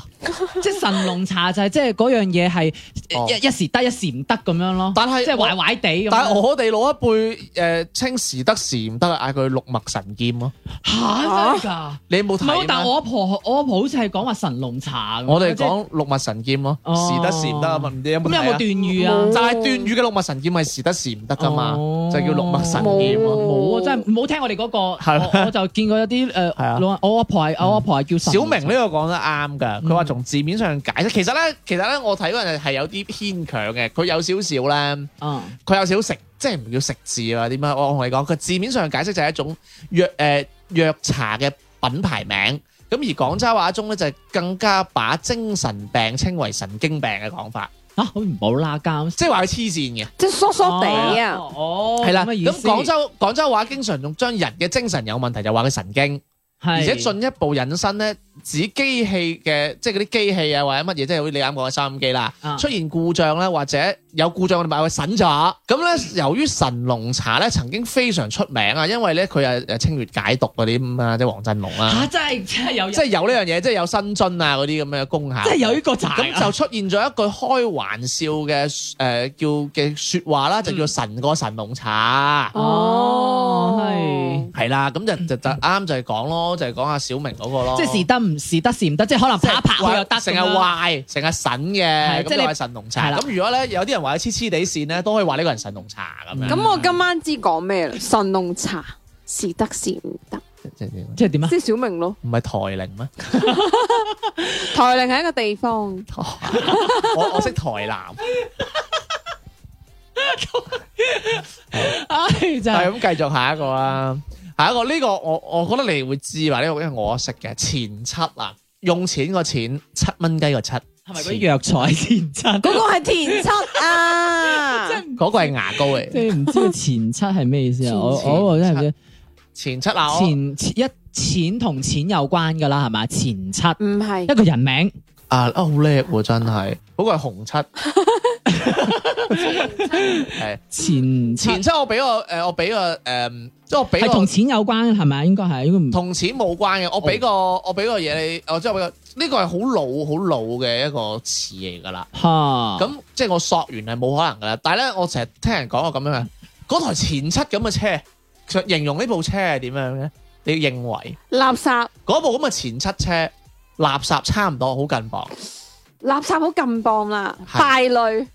C: 即係神龍茶就係即係嗰樣嘢係
A: 哦
C: 一一時得一時唔得咁樣咯，
A: 但係
C: 即係
A: 我
C: 壞壞地咁樣。
A: 但係我哋老一輩誒稱時得時唔得，啊嗌佢六脈神劍咯。
C: 嚇真係㗎！
A: 你有冇
C: 唔係，
A: 睇？啊
C: 但我阿婆我阿婆好似係講話神龍茶咁樣。
A: 我哋
C: 即係
A: 講六脈神劍咯，
C: 哦
A: 時得時唔得啊嘛，唔知有冇
C: 咁有冇
A: 睇
C: 段
A: 啊？
C: 譽啊？
A: 就係段譽嘅六脈神劍係時得時唔得噶嘛
C: 哦，
A: 就叫六脈神劍啊。
C: 冇啊！真係冇聽我哋嗰個，
A: 係咩
C: 我我就見過有啲
A: 係啊
C: 誒老人，我阿婆係我阿婆係叫神
A: 小明呢個講得啱
C: 嗯
A: 㗎，佢話從字面上解釋，其實咧，其實咧，我睇嗰陣係有啲牽強嘅，佢有少少咧，
C: 啊，
A: 佢有少少食，即係唔叫食字啊？點解？我同你講，佢字面上解釋就係一種藥誒、呃藥茶嘅品牌名。咁而廣州話中咧就更加把精神病稱為神經病嘅講法，
C: 啊好唔好啦監
A: 嗯即係話佢黐線嘅，
B: 即係疏疏地啊，
C: 哦哦，
A: 係啦、
C: 咁嘅意思
A: 咁廣州廣州話經常仲將人嘅精神有問題就話佢神經。
C: 係
A: 而且進一步引申咧，指機器嘅即係嗰啲機器啊，或者乜嘢，即係好似你啱講嘅收音機啦，
C: 啊
A: 出現故障咧，或者有故障，我哋咪會神咗。咁咧，由於神龍茶咧曾經非常出名啊，因為咧佢係誒清熱解毒嗰啲咁啊，即係黃振龍
C: 嚇
A: 啊，
C: 真係真係有
A: 即係有呢樣嘢，即係有新津啊嗰啲咁嘅功效。
C: 真係有呢個啊茶
A: 咁就出現咗一句開玩笑嘅誒、呃叫嘅説話啦，
C: 嗯
A: 就叫神過神龍茶。
C: 哦係
A: 係啦，咁就就就啱就係講咯，就係講下小明嗰個咯。
C: 即係是得唔是得是唔得，即係可能拍一拍佢又得
A: 哦成日
C: 咁樣
A: 壞，成日神
C: 係
A: 嘅，
C: 即
A: 咁
C: 係
A: 就
C: 你
A: 係神龍
C: 係
A: 茶。
C: 啦
A: 咁如果咧有啲人話佢黐黐地線咧，都可以話呢個人神龍茶咁樣。
B: 咁我今晚知講咩啦？神龍茶是得是唔得，
A: 即係點啊
C: 即係點啊？
B: 即係小明咯。
A: 唔係台靈咩？
C: <laughs>
B: 台令係一個地方，
A: 我我識台
C: <laughs>
A: 南，
C: 唉真係
A: 係啊咁繼續下一個啦。下一個呢個我我覺得你會知吧？呢個因為我識嘅前七啊，用錢個錢，七蚊雞個七，
C: 係咪嗰啲藥材前七？
B: 嗰個係田七啊，
A: <laughs> 嗰個係牙膏嚟
C: <laughs> 即
A: 嘅。
C: 係唔知道前七係咩意思啊？我
A: 前
C: 我我真係唔知
A: 前七啊，我
C: 前前一錢同錢有關㗎啦，係嘛？前七
B: 唔係
C: 一個人名，
A: 啊啊好叻喎，真係嗰個係紅七，
C: <laughs>
A: <laughs> 係。
C: 前七
A: 前七我俾個誒、我俾個誒、啊呃即係我俾
C: 係同
A: 個
C: 錢有關係咪？應該係應該唔
A: 同錢冇關嘅，我俾個、我俾個嘢你，哦我即係我俾個呢個係好老好老嘅一個詞嚟㗎啦。
C: 嚇。
A: 咁、即係我索完係冇可能㗎啦。但係咧，我成日聽人講過咁樣嘅，嗰台前七咁嘅車，其實形容呢部車係點樣咧？你認為
B: 垃圾，
A: 嗰部咁嘅前七車垃圾差唔多，好近磅，
B: 垃圾好近磅啦，
A: 係
B: 敗類，
A: <laughs>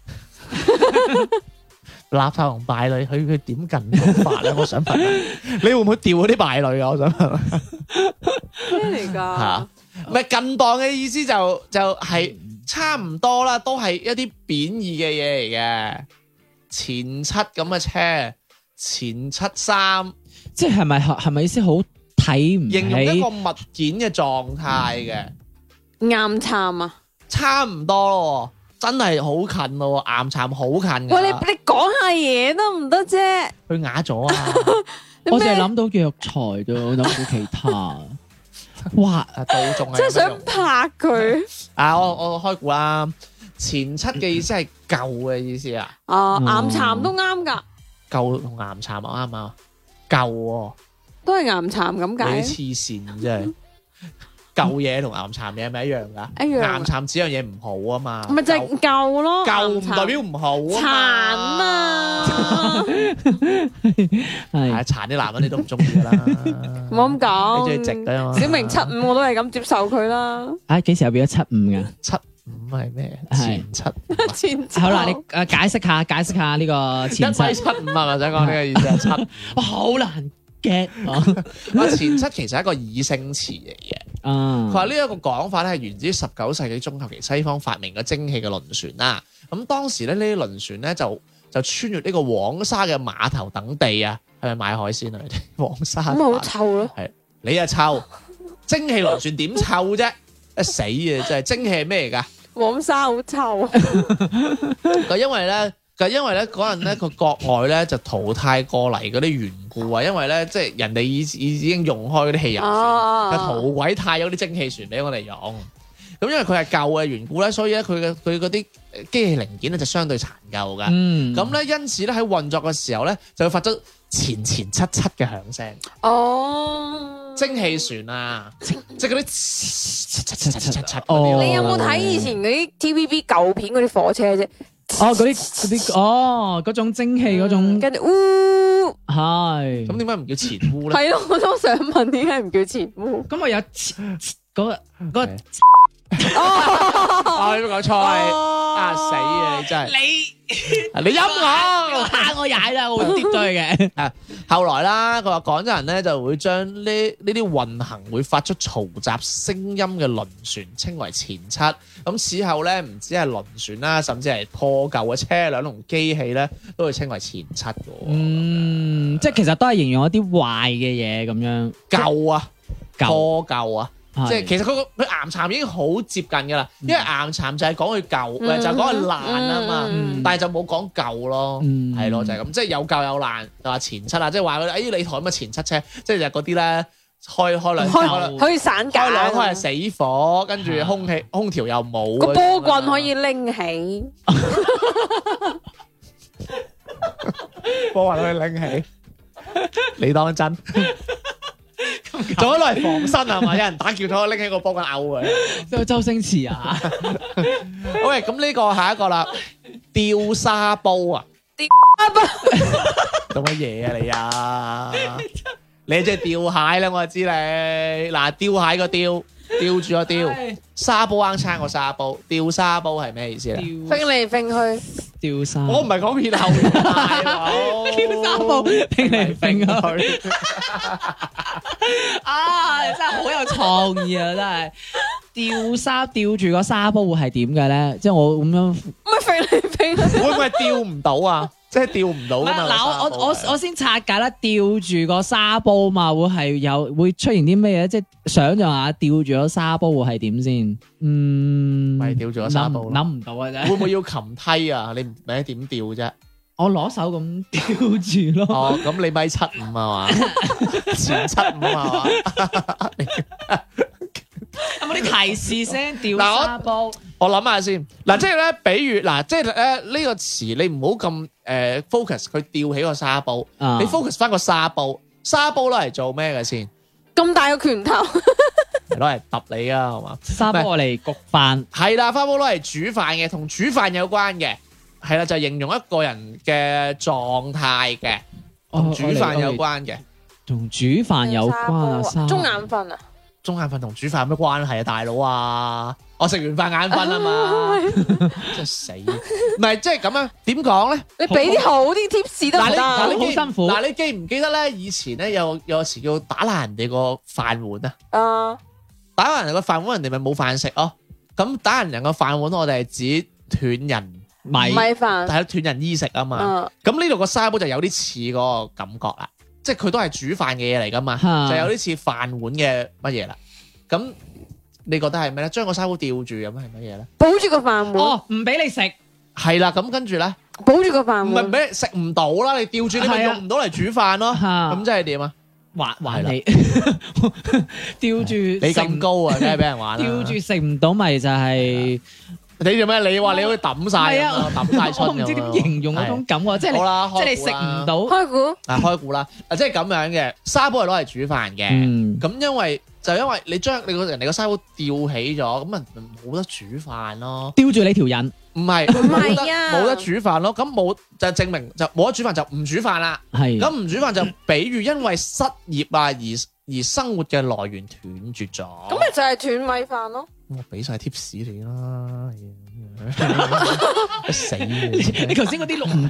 A: 垃圾同敗類，佢佢點近磅法咧？我想問下， <laughs> 你會唔會掉嗰啲敗類啊？我想問下。
B: 咩嚟㗎
A: 嚇？啊唔係近檔嘅意思就就係差唔多啦，都係一啲貶義嘅嘢嚟嘅。前七咁嘅車，前七三，
C: 即係咪係咪意思好睇唔
A: 形容一個
C: 起？
A: 物件嘅狀態嘅，
B: 岩杉啊！
A: 差唔多咯，真係好近咯，岩蠶好近
B: 喂，你
A: 㗎，
B: 你講下嘢得唔得啫？
A: 佢啞咗啊！
B: <laughs> 你
C: 我淨係
B: 咩
C: 諗到藥材啫，我諗到其他。哇！
A: 啊到仲係
B: 即係
A: 咁樣
B: 想
A: 用
B: 拍佢
A: 啊！我我開估啦，前七嘅意思係舊嘅意思啊，
B: 啊！
C: 嗯
B: 岩蠶都啱㗎，
A: 舊同岩蠶啱唔啱啊？舊喎。
B: 都係岩蠶咁解。
A: 你啲黐線真係，舊嘢同岩蠶嘢係咪一樣噶？
B: 一樣啊
A: 岩蠶指樣嘢唔好啊嘛，
B: 咪就係
A: 舊
B: 舊咯，
A: 舊
B: 岩
A: 唔
B: 蠶
A: 代表唔好
B: 殘
A: 啊嘛， <laughs>
B: 啊！
A: 係啊
C: 係
A: 殘啲男人你都唔中意㗎啦，
B: <laughs> 唔好咁
A: 你
B: 講，
A: 中意直㗎嘛？
B: 小明七五我都係咁接受佢啦。
C: 啊，幾時又變咗七五㗎？
A: 七五係咩？
C: 係
A: 前七五啊
B: 前奏
C: 好啦，你誒解釋下，解釋下呢個
A: 一
C: 前
A: 米
C: 七。
A: 七五啊，我想講呢個意思啊係七。
C: <laughs> 哇，好難 get
A: 啊，前七其實係一個擬聲詞嚟嘅。
C: 啊！
A: 佢話呢一個講法咧係源自於十九世紀中後期西方發明嘅蒸汽嘅輪船啦。咁當時咧呢啲輪船咧就就穿越呢個黃沙嘅碼頭等地啊，係咪買海鮮啊？你哋 <laughs> 黃沙
B: 咁咪好臭咯，
A: 你啊臭，蒸汽輪船點臭啫？啊死啊！真係蒸汽係咩嚟㗎？
B: 黃沙好
A: <laughs>
B: 臭。
A: 佢因為咧，佢因為咧嗰陣咧，佢國外咧就淘汰過嚟嗰啲緣故啊，因為咧即係人哋已已已經用開嗰啲汽油啊
B: 哦
A: 船，就淘鬼太咗啲蒸汽船俾我哋用。咁因為佢係舊嘅緣故咧，所以咧佢嘅佢嗰啲呃機器零件咧就相對殘舊噶。
C: 嗯，
A: 咁咧、因此咧喺運作嘅時候咧，就會發出前前七七嘅響聲，
B: 哦，
A: 蒸汽船啊，即係嗰啲七七七七七七七嗰
C: 哦
A: 啲
B: 你有冇睇以前嗰啲 TVB 舊片嗰啲火車啫？
C: 哦，嗰啲嗰啲哦，嗰種蒸汽嗰種
B: 跟住呜， <laughs>
C: 係。
A: 咁
C: 咁
A: 點解唔叫前污咧？
B: 係咯，我都想問點解唔叫前烏？
C: 咁我有切切嗰個嗰個
A: 我點講錯
B: 哦
A: 係啊死啊！你真係啊
C: 你
A: 你陰我。
C: 蝦我踩啦，我會跌咗佢嘅。
A: 後來啦，佢話廣州人咧就會將呢呢啲運行會發出嘈雜聲音嘅輪船稱為前七。咁此後咧，唔止係輪船啦，甚至係破舊嘅車輛同機器咧，都會稱為前七嘅喎。
C: 嗯，即係其實都係形容一啲壞嘅嘢咁樣。
A: 舊啊，
C: 舊
A: 破舊啊，即係其實佢個佢岩巉已經好接近㗎啦，因為岩巉就係講佢舊，
B: 嗯
A: 就係講佢爛啊嘛，
C: 嗯
A: 但係就冇講舊咯。
C: 嗯
A: 係咯，就係咁，即係有舊有爛，就話前七啊，即係話佢哋，哎，你台咁嘅前七車，即係就係嗰啲咧，開開兩
B: 嗯開
A: 開
B: 可以散架，
A: 開兩開係死火，跟住空氣空調又冇，啊
B: 個波棍可以拎起，
A: 波棍可以拎起，你
B: <laughs>
A: 當真？做咗嚟防身啊係嘛？有人打叫咗，拎起個波棍咬佢。
C: 周周星馳啊，
A: 好嘅，咁呢個下一個啦，吊沙煲啊，做乜嘢啊你啊？你即係吊蟹啦，我就知你嗱，吊蟹個吊，吊住個吊，沙煲啱撐個沙煲，吊沙煲係咩意思咧？
B: 揈
C: 吊
B: 嚟揈去，
C: 吊沙，
A: 我唔係講
C: <laughs>
A: 撇後面大佬，
C: 吊沙煲拼嚟拼去。 <laughs>
A: 去。
C: 啊，真係好有創意啊！真係吊沙吊住個沙煲會係點嘅咧？即係我咁樣，
B: 咪揈嚟揈去，
A: 會唔會係吊唔到啊？即係吊唔到
C: 唔
A: 噶
C: 係
A: 嘛？
C: 嗱，我
A: 個
C: 我我
A: 沙煲係
C: 我先拆解啦。吊住個沙煲嘛，會係有會出現啲咩嘢？即係想象下吊住個沙煲會係點先？嗯，
A: 咪吊住個沙煲咯
C: 諗諗唔到啊！真係
A: 會唔會要擒梯啊？你唔你點吊啫？
C: 我攞手咁吊住咯。
A: 哦，咁你米七五啊嘛，前七五啊嘛。
C: 有冇啲提示先？吊
A: 嗱我
C: 沙煲
A: 我諗下先，嗱，即係咧，比如嗱，即係咧呢個詞，你唔好咁誒 focus 佢吊起個沙煲，
C: 啊
A: 你 focus 翻個沙煲，沙煲攞嚟做咩嘅先？
B: 咁大個拳頭，
A: 攞嚟揼你啊，係嘛？
C: 沙煲我嚟焗飯，
A: 係啦，花煲攞嚟煮飯嘅，同煮飯有關嘅，係啦，就形容一個人嘅狀態嘅，同煮飯有
C: 關。
A: 關嘅。
C: 同煮飯有關啊，沙
B: 中眼瞓啊，
A: 中眼瞓同煮飯有咩關係啊，大佬啊！我食完飯眼瞓啊
C: <laughs>
A: 嘛，真係死！唔係即係咁樣，點講咧？
B: 你俾啲好啲 tips 都唔
A: 嗱你嗱
B: 得
A: 你記
C: 好辛苦
A: 嗱你記唔記得咧？以前咧有有時叫打爛人哋個飯碗啊，
B: 啊，
A: 打爛人個飯碗，人哋咪冇飯食咯。咁打爛人個飯碗，我哋係指斷人，
C: 米
B: 米飯，
C: 嗯
A: 但係斷人衣食啊嘛。
B: 啊，
A: 咁呢度個沙煲就有啲似嗰個感覺啦，即係佢都係煮飯嘅嘢嚟噶嘛，
C: 嚇
A: 就有啲似飯碗嘅乜嘢啦。咁你覺得係咩咧？將個沙煲吊住咁係乜嘢咧？
B: 保住個飯碗，
C: 哦，唔俾你食，
A: 係啦，咁跟住咧，
B: 保住個
A: 唔
B: 飯
A: 係
B: 碗，
A: 咩食唔到啦？你吊住你咪
C: 係啊
A: 用唔到嚟煮飯咯。
C: 嚇
A: 咁即係點啊？
C: 還
A: 係
C: 還
A: 啦
C: 你 <laughs> 吊住你
A: 你咁高啊，梗係俾人玩啦。
C: 吊住食唔到咪就係，
A: 你做啊咩？你話你好似抌晒咁
C: 唔係
A: 啊，抌晒春咁
C: <laughs> 我
A: 啊
C: 唔知點形容嗰種感覺，即係
A: 好
C: 你
A: 啦，
C: 即係
A: 開
C: 你食
A: 估啦
C: 唔到，
B: 開估，
A: 啊，開估啦，啊，即係咁樣嘅沙煲係攞嚟煮飯嘅，
C: 嗯，
A: 咁因為就因為你將你個人哋個沙煲吊起咗，咁啊冇得煮飯咯，
C: 吊住你條癮，
A: 唔係
B: 唔係
A: 冇得
B: 啊
A: 冇得煮飯咯，咁冇就證明就冇得煮飯就唔煮飯啦，
C: 係
A: 咁唔煮飯就比喻因為失業啊而而生活嘅來源斷絕咗，
B: 咁咪就係斷米飯咯，
A: 我俾晒 tips
B: <laughs>
A: 你啦，係啊 <laughs> 死你真係
C: 你頭先嗰啲錄唔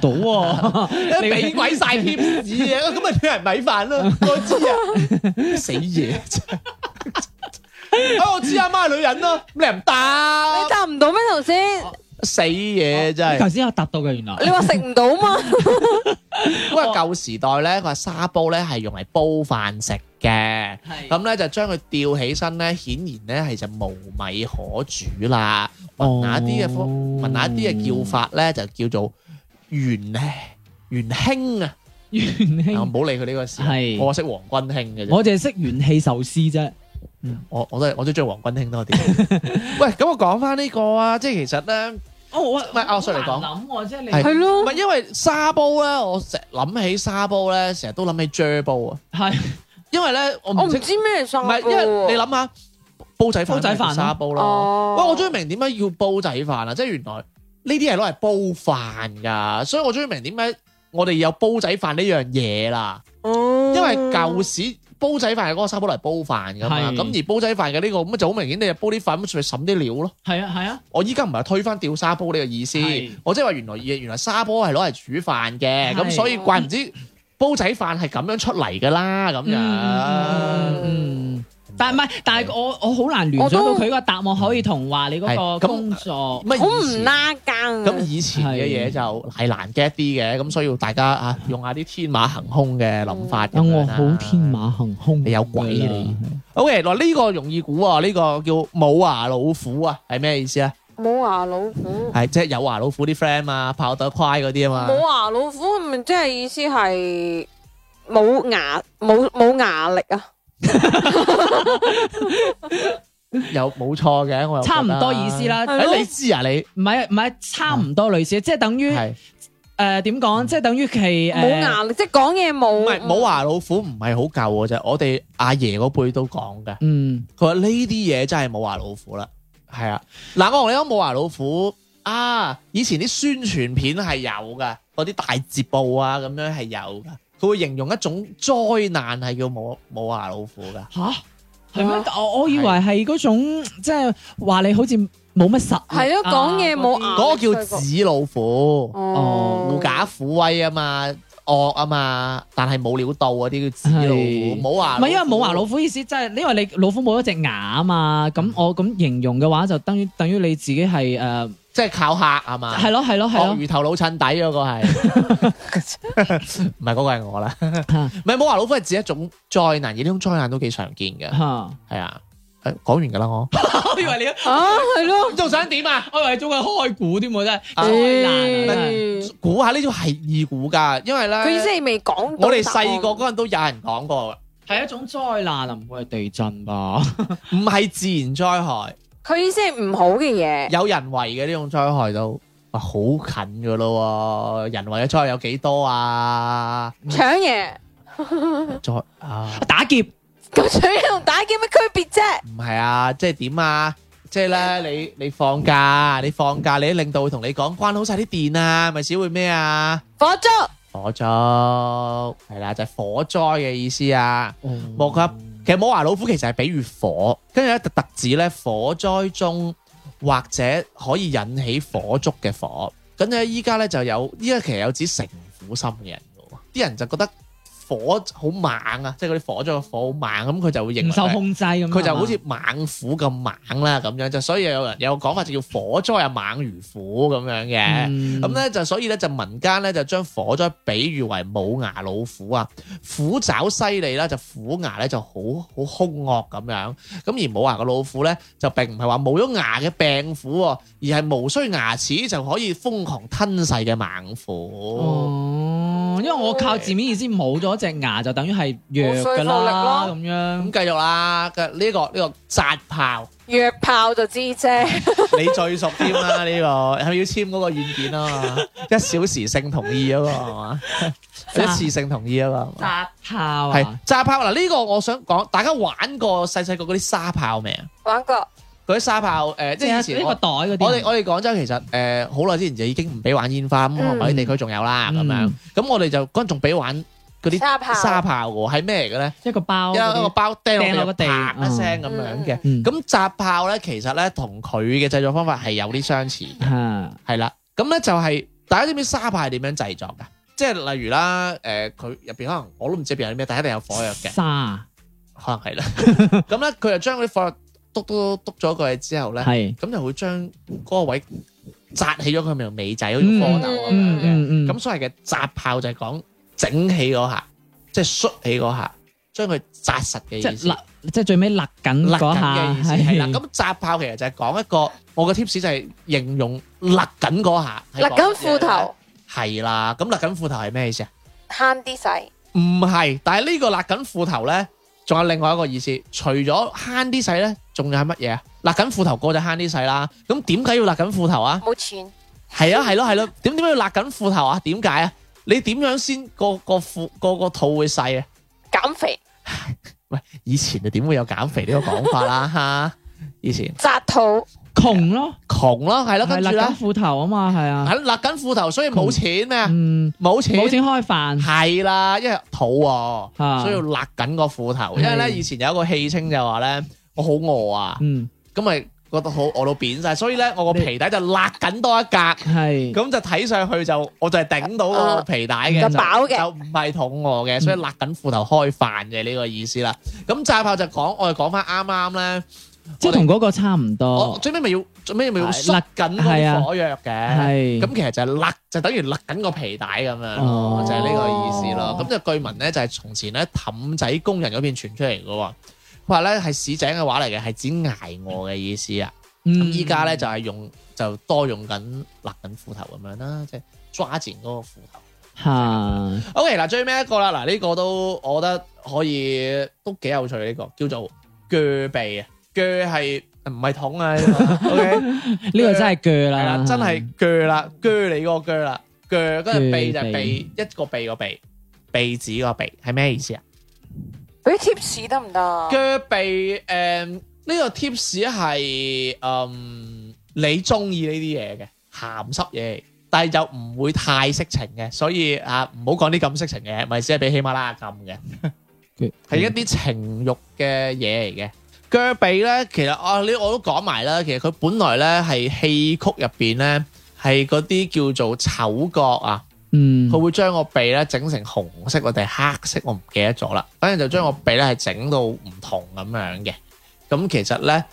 A: <laughs>
C: 到喎， <laughs> 你
A: 俾鬼晒貼紙啊！咁咪叫人米飯咯，我知啊，死嘢！啊！我知阿媽係女人咯，咁你唔
B: 你
A: 答
B: 答唔到咩頭先？
A: 死嘢真
C: 頭
A: 係。
C: 先有答到嘅原來
B: 你，話食唔到
A: <laughs>
B: 嘛？
A: 不過舊時代咧，佢話沙煲咧係用嚟煲飯食嘅，咁咧就將佢吊起身咧，顯然咧係就無米可煮啦。
C: 哦
A: 文雅啲嘅方，文雅啲嘅叫法咧就叫做元元興啊！
C: 元
A: 啊唔
C: 氣，
A: 好理佢呢個事，
C: 係
A: 我識黃君興嘅啫。
C: 我淨係識元氣壽司啫，
A: 我我都係我都中意黃君興多啲。
C: <laughs>
A: 喂，咁我講翻呢個啊，即係其實咧，
C: 哦，我
A: 係阿 Sir 嚟講
C: 諗喎，即係你
A: 係
B: 係
A: 唔
B: 咯，
A: 係因為沙煲咧，我成日諗起沙煲咧，成日都諗起啫煲啊，
C: 係
A: 因為咧我
B: 我唔
A: 唔識，
B: 知咩係
A: 唔係因為你諗下煲仔飯，
C: 煲仔飯咯啊
A: 沙煲咯。
B: 哦，
A: 喂，我終於明點解要煲仔飯啊啦，即係原來呢啲係攞嚟煲飯㗎，所以我終於明點解我哋有煲仔飯呢樣嘢啦。
B: 哦，
A: 因為舊時煲仔飯係嗰個沙煲嚟煲飯㗎嘛，
C: 係
A: 咁而煲仔飯嘅呢個咁就好明顯，你就煲啲飯咁咪揼啲料咯。
C: 係啊係啊，
A: 我依家唔係推翻掉沙煲呢個意思
C: 係，
A: 我即係話原來原來沙煲係攞嚟煮飯嘅，
C: 係
A: 咁所以怪唔知煲仔飯係咁樣出嚟㗎啦，咁樣。
C: 嗯，但係唔係，但係我我好難聯想到佢個答案可以同話你嗰
A: 係
C: 個
A: 咁
C: 工作
A: 乜
B: 好
A: 以
B: 唔
A: 前
B: 拉更
A: 咁
B: 啊！
A: 以前嘅嘢就係難 get 啲嘅，咁所以要大家啊用下啲天馬行空嘅諗法咁
C: 等我
A: 樣啦
C: 哦好天馬行空，
A: 你有鬼啊你！OK，嗱呢個容易估啊，呢個叫冇牙老虎啊，係咩意思啊？
B: 冇牙老虎，
A: 係即係有牙老虎啲 friend 啊，炮得快嗰啲啊嘛
B: 冇。牙老虎咪即係意思係冇牙冇冇牙力啊！
A: 有冇錯嘅？我又覺得
C: 差唔多意思。啦，
B: 係咯
A: 誒，你知啊？你
C: 唔係唔係差唔多類似，即係等於
B: 嗯
A: 係
C: 誒點講，即係等於其誒
B: 冇牙力即係講嘢
C: 嗯
B: 冇
A: 唔係冇牙老虎唔係好舊嘅啫？我哋阿爺嗰輩都講嘅，
C: 嗯
A: 佢話呢啲嘢真係冇牙老虎啦。係啊，嗱，我同你講冇牙老虎啊，以前啲宣傳片係有嘅，嗰啲大字報啊咁樣係有嘅。佢會形容一種災難係叫冇冇牙老虎㗎。
C: 吓係咩？我我以為係嗰種即係話你好似冇乜實力啊
B: 係咯，講嘢冇牙力
A: 嗰個叫紙老虎，
C: 哦
A: 狐假虎威啊嘛，惡啊嘛，但係冇料到嗰啲叫紙老虎，
C: 係
A: 冇牙老
C: 唔
A: 虎。
C: 哦係因為冇牙老虎意思，即係因為你老虎冇一隻牙啊嘛，咁我咁形容嘅話就等於等於你自己係誒
A: 即係靠嚇係嘛？
C: 係咯係咯係
A: 鱷
C: 咯，
A: 魚頭老襯底嗰個係，
B: <laughs>
A: 唔係嗰個係我啦。唔係冇牙老虎係指一種災難，而呢種災難都幾常見嘅，
C: 嚇！
A: 係啊。誒講完㗎啦，我
C: 我以為你
B: 啊，係咯，
A: 仲想點啊？
C: 我以為中國開估添喎，真係
A: 啊
C: 災難啊！
B: 嗯
A: 估下呢種係易估㗎，因為咧，
B: 佢意思係未講到
A: 我哋
B: 答案
A: 細個嗰陣都有人講過，
C: 係一種災難啊，唔會係地震吧？
A: 唔係自然災害。
B: 佢意思係唔好嘅嘢，
A: 有人為嘅呢種災害都哇好近噶咯喎，人為嘅災害有幾多
B: <laughs>
A: 啊？
B: 搶嘢
A: 災啊，
C: 打劫
B: 咁搶嘢同打劫咩區別啫？
A: 唔係啊，即係點啊？即係咧，你你放假，你放假，你啲領導會同你講關好晒啲電啊，咪只會咩啊？
B: 火燭
A: 火燭係啦，就係、火災嘅意思啊。莫及其實冇牙老虎其實係比喻火，跟住咧特特指咧火災中或者可以引起火燭嘅火。咁咧依家咧就有依家其實有指城府心嘅人嘅喎，啲人就覺得火好猛啊，即係嗰啲火災嘅火好猛，咁佢就會認為
C: 唔受控制咁，
A: 佢就好似猛虎咁猛啦咁樣，就所以有人有個講法就叫火災啊猛如虎咁樣嘅。咁
C: 咁
A: 咧就所以咧就民間咧就將火災比喻為冇牙老虎啊，虎爪犀利啦，就虎牙咧就好好兇惡咁樣。咁而冇牙嘅老虎咧就並唔係話冇咗牙嘅病虎喎，而係無需牙齒就可以瘋狂吞噬嘅猛虎。
C: 哦，因為我靠字面意思冇咗隻牙就等於係弱㗎啦，
B: 冇說
C: 咁
A: 咁、
C: 樣
A: 繼續啦，嘅呢、個呢、個扎炮，
B: 約炮就知啫，
A: 你最熟添啦呢個，係咪要簽嗰個軟件啊嘛？一小時性同意嗰、個係嘛？
C: <laughs>
A: 一次性同意嗰、啊個係嘛？
C: 扎炮
A: 係
C: 啊，
A: 炸炮嗱，呢、個我想講，大家玩過細細個嗰啲沙炮未啊？
B: 玩過
A: 嗰啲沙炮誒、呃即係以
C: 啊呢
A: 前
C: 個啊
A: 我
C: 袋嗰啲，
A: 我哋我哋廣州其實誒好耐之前就已經唔俾玩煙花，咁
B: 嗯
A: 可能某啲地區仲有啦咁樣
C: 嗯。
A: 咁我哋就嗰陣仲俾玩嗰啲
B: 沙炮
A: 沙炮喎，係咩嚟嘅咧？
C: 一個包
A: 一一個
C: 哦嗰啲，
A: 包掟
C: 掟落
A: 落
C: 個
A: 個
C: 地
A: 地，啪一聲咁樣嘅。
C: 嗯
A: 咁炸炮咧，其實咧同佢嘅製作方法係有啲相似嘅。
C: 嚇
A: 係啦，咁咧就係、大家知唔知沙派係點樣製作㗎？即係例如啦，誒佢入邊可能我都唔知入邊有啲咩，但係一定有火藥
C: <laughs>
A: 嘅，
C: 沙
A: 可能係啦。咁咧佢就將嗰啲火藥篤篤篤咗佢之後咧，
C: 係
A: 咁就會將嗰個位扎起咗佢條尾仔，好似
C: 嗯
A: 蝌蚪啊咁樣
C: 嗯
A: 嘅。
C: 嗯嗯，
A: 咁所謂嘅扎炮就係講整起嗰下，即係縮起嗰下，將佢扎實嘅
C: 即
A: 意
C: 係
A: 思。
C: 勒，即係最尾勒緊
A: 勒
C: 嗰
A: 緊
C: 下
A: 嘅意思係啦，咁扎炮其實就係講一個，我嘅 tips 就係形容勒緊嗰下，係
B: 勒
C: 啊
B: 緊
A: 講乜嘢
B: 褲
A: 呢
B: 頭
A: 係啦，咁勒緊褲頭係咩意思啊？
B: 慳啲使，
A: 唔係，但係呢個勒緊褲頭咧，仲有另外一個意思。除咗慳啲使咧，仲有係乜嘢啊？勒緊褲頭過就慳啲使啦。咁點解要勒緊褲頭啊？
B: 冇錢
A: 係啊，係咯，係咯。點點解要勒緊褲頭啊？點解啊？你點樣先個個褲個個肚會細啊？
B: 減肥
A: 以前就點會有減肥呢個講法啦？哈，以前
B: 扎肚
C: 窮咯，
A: 窮咯，係咯，
C: 係
A: 跟
C: 勒
A: 住咧，
C: 緊褲頭啊嘛，係啊，
A: 係勒緊褲頭，所以冇錢咩啊？
C: 嗯，
A: 冇錢，
C: 冇錢開飯，
A: 係啦，因為肚餓，
C: 啊嗯
A: 所以要勒緊個褲頭。因為
C: 係
A: 咧，以前有一個戲稱就話咧，我好餓啊，
C: 嗯，
A: 咁咪覺得好餓到扁晒，所以咧我個皮帶就勒緊多一格，咁
C: 係，
A: 就睇上去就我就係頂到
C: 啊
A: 個皮帶嘅，
B: 就飽嘅
A: 就唔係肚餓
C: 嗯
A: 嘅，所以勒緊褲頭開飯嘅呢個意思啦。咁炸炮就講，我哋講翻啱啱咧。
C: 即係同嗰個差唔
A: 我
C: 多，
A: 最尾咪要最尾咪要
C: 係啊
A: 縮緊嗰個火藥嘅，
C: 係，
A: 咁其實就係勒，就等於勒緊個皮帶咁樣咯
C: 哦，
A: 就係呢個意思咯。咁就據聞咧就係從前咧氹仔工人嗰邊傳出嚟嘅喎，佢話咧係市井嘅話嚟嘅，係指捱餓嘅意思啊。咁
C: 咁
A: 依家咧就係用就多用緊勒緊褲頭咁樣啦，即係抓緊嗰個褲頭。
C: 嚇，
A: OK 嗱，最尾一個啦，嗱呢個都我覺得可以都幾有趣呢個，叫做鋸鼻啊，鋸係唔係桶啊呢個？OK。
C: 呢個真係鋸
A: 係啦
C: 啦，，
A: 真係鋸啦，鋸你嗰個鋸啦，鋸跟住鼻就係
C: 鋸
A: 鼻
C: 鼻
A: 一個鼻個鼻，鼻子個鼻係咩意思啊？
B: 俾 tips 得唔啊得？
A: 鋸鼻誒呢個 tips 係嗯你中意呢啲嘢嘅鹹濕嘢，但係就唔會太色情嘅，所以啊唔好講啲咁色情嘅，咪只係俾喜馬拉雅禁嘅。
C: 係
A: <laughs> 係一啲情慾嘅嘢嚟嘅。腳臂咧，其實啊，呢我都講埋啦。其實佢本來咧係戲曲入邊咧係嗰啲叫做丑角啊，
C: 嗯，
A: 佢會將個鼻咧整成紅色或者黑色，我唔記得咗啦。反正就將個鼻咧係整到唔同咁樣嘅。咁其實咧，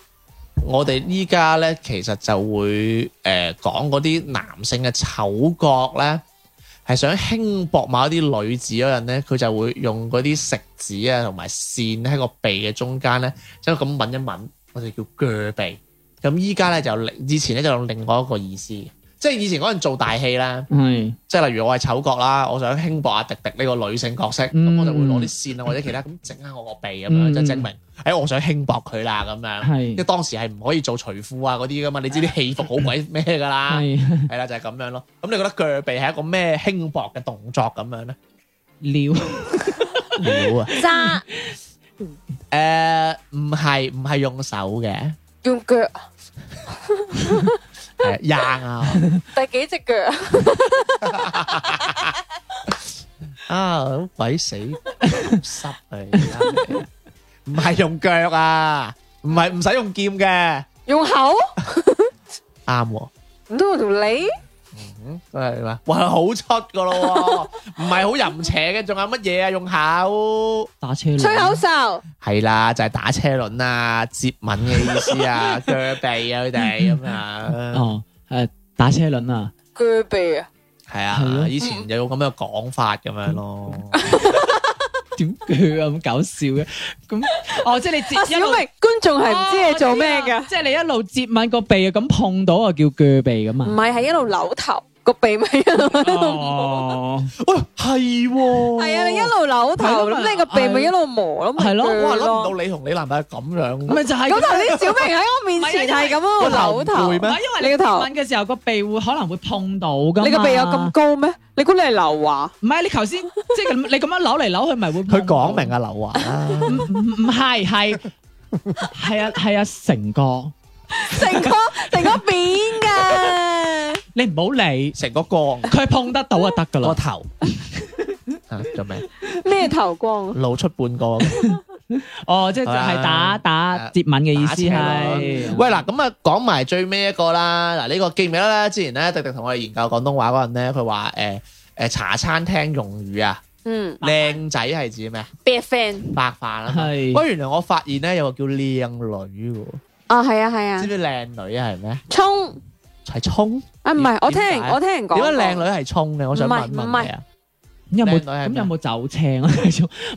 A: 我哋依家咧其實就會誒、呃、講嗰啲男性嘅丑角咧。係想輕薄某一啲女子嗰陣咧，佢就會用嗰啲食指啊同埋線喺個鼻嘅中間咧，即係咁抿一抿，我哋叫鋸鼻。咁依家咧就有另以前咧就有另外一個意思，即係以前嗰陣做大戲啦，
C: 係，
A: 即係例如我係丑角啦，我想輕薄阿迪迪呢個女性角色，咁、
C: 嗯
A: 我就會攞啲線
C: <laughs>
A: 啊或者其他咁整下我個鼻咁樣，
C: 嗯
A: 就證明誒、哎我想輕薄佢啦咁樣。因為
C: 係，
A: 當時係唔可以做除褲啊嗰啲噶嘛，你知啲戲服好鬼咩噶
B: <laughs>
A: 啦。
C: 係，
A: 係啦，就係咁樣咯。咁你覺得鋸鼻係一個咩輕薄嘅動作咁樣咧？
C: 撩，
A: 料啊！
E: ザ
A: 誒，唔係唔係用手嘅，
B: 用腳，
A: 係硬啊！
C: <laughs>
B: 第幾隻腳？
A: 啊，好鬼死濕啊！而家唔係用腳啊，唔係唔使用劍嘅，
B: 用口？
A: 啱喎。
B: 唔通我條脷？
A: 嗯，都係嘛？哇，好出噶咯 <laughs> 喎，唔係好淫邪嘅，仲有乜嘢啊？用口。
C: 打車輪，
B: 吹口哨？
A: 係啦，就係、打車輪啊、接吻嘅意思 <laughs> 啊、腳鼻啊佢哋咁啊，
C: 哦，誒，打車輪啊，
B: 腳鼻啊？
A: 係
C: 係
A: 啊，
C: 咯
A: 以前有咁嘅講法咁樣咯。
C: 點鋸啊咁搞笑嘅，咁，哦，即係你
B: 阿
C: 接
B: 小
C: 一路
B: 明，觀眾係唔知你做咩
C: 哦我
B: 㗎？
C: 知啦即係你一路接吻個鼻啊，咁碰到啊叫鋸鼻噶
B: 唔
C: 嘛。
B: 係，係一路扭頭，個鼻咪一路喺度
C: 哦，
A: 喂，係喎，
B: 係啊，你一路扭頭，
C: 係咯
B: 咁你個鼻咪一路磨咯，咪
C: 係咯
B: 鋸
A: 哇，諗唔到你同你男朋友咁樣，
C: 咪就係
B: 咁頭先小明喺我面前係咁
C: <laughs>
B: 樣扭
A: 唔
B: 頭
A: 會
C: 唔，係因為你
B: 你個頭
C: 接吻嘅時候個鼻會可能會碰到噶嘛。
B: 你個鼻有咁？高咩？你估你係劉華？
C: 唔係你頭先即係咁，你咁樣扭嚟扭去，咪會
A: 佢
C: 碰到
A: 講明。啊，劉華啦，
C: 唔唔唔係係係啊係啊，成哥，
B: 成個成個扁㗎，
C: 你唔好
A: <laughs>
C: 理
A: 成個光
C: 佢碰得到就得
A: 個
C: 噶啦。
A: 頭 <laughs> 啊，做咩？
B: 咩頭光啊？
A: 露出半個。
C: 哦，即係就
A: 係啊
C: 係打打接吻嘅意思
A: 打
C: 係。
A: 喂嗱，咁啊講埋最尾一個啦。嗱，呢個記唔記得咧？之前咧，迪迪同我哋研究廣東話嗰陣咧，佢話誒誒茶餐廳用語啊。
B: 嗯
A: 靚仔係指咩？
B: ，bad friend
A: 白飯啊嘛。
C: 係
A: 喂，原來我發現咧有個叫靚女嘅喎，
B: 啊，係啊係
A: 知
B: 啊
A: 唔，知靚女係咩？
B: 衝
A: 係葱。
B: 啊唔係，我聽
A: 點解
B: 人我聽人講
A: 點
B: 過，
A: 解靚女係葱嘅？我想問
B: 唔係唔
A: 問
B: 係
A: 你啊。
C: 有冇
A: 靚女係
C: 咁
A: 咩
C: 有冇走青啊？ <laughs>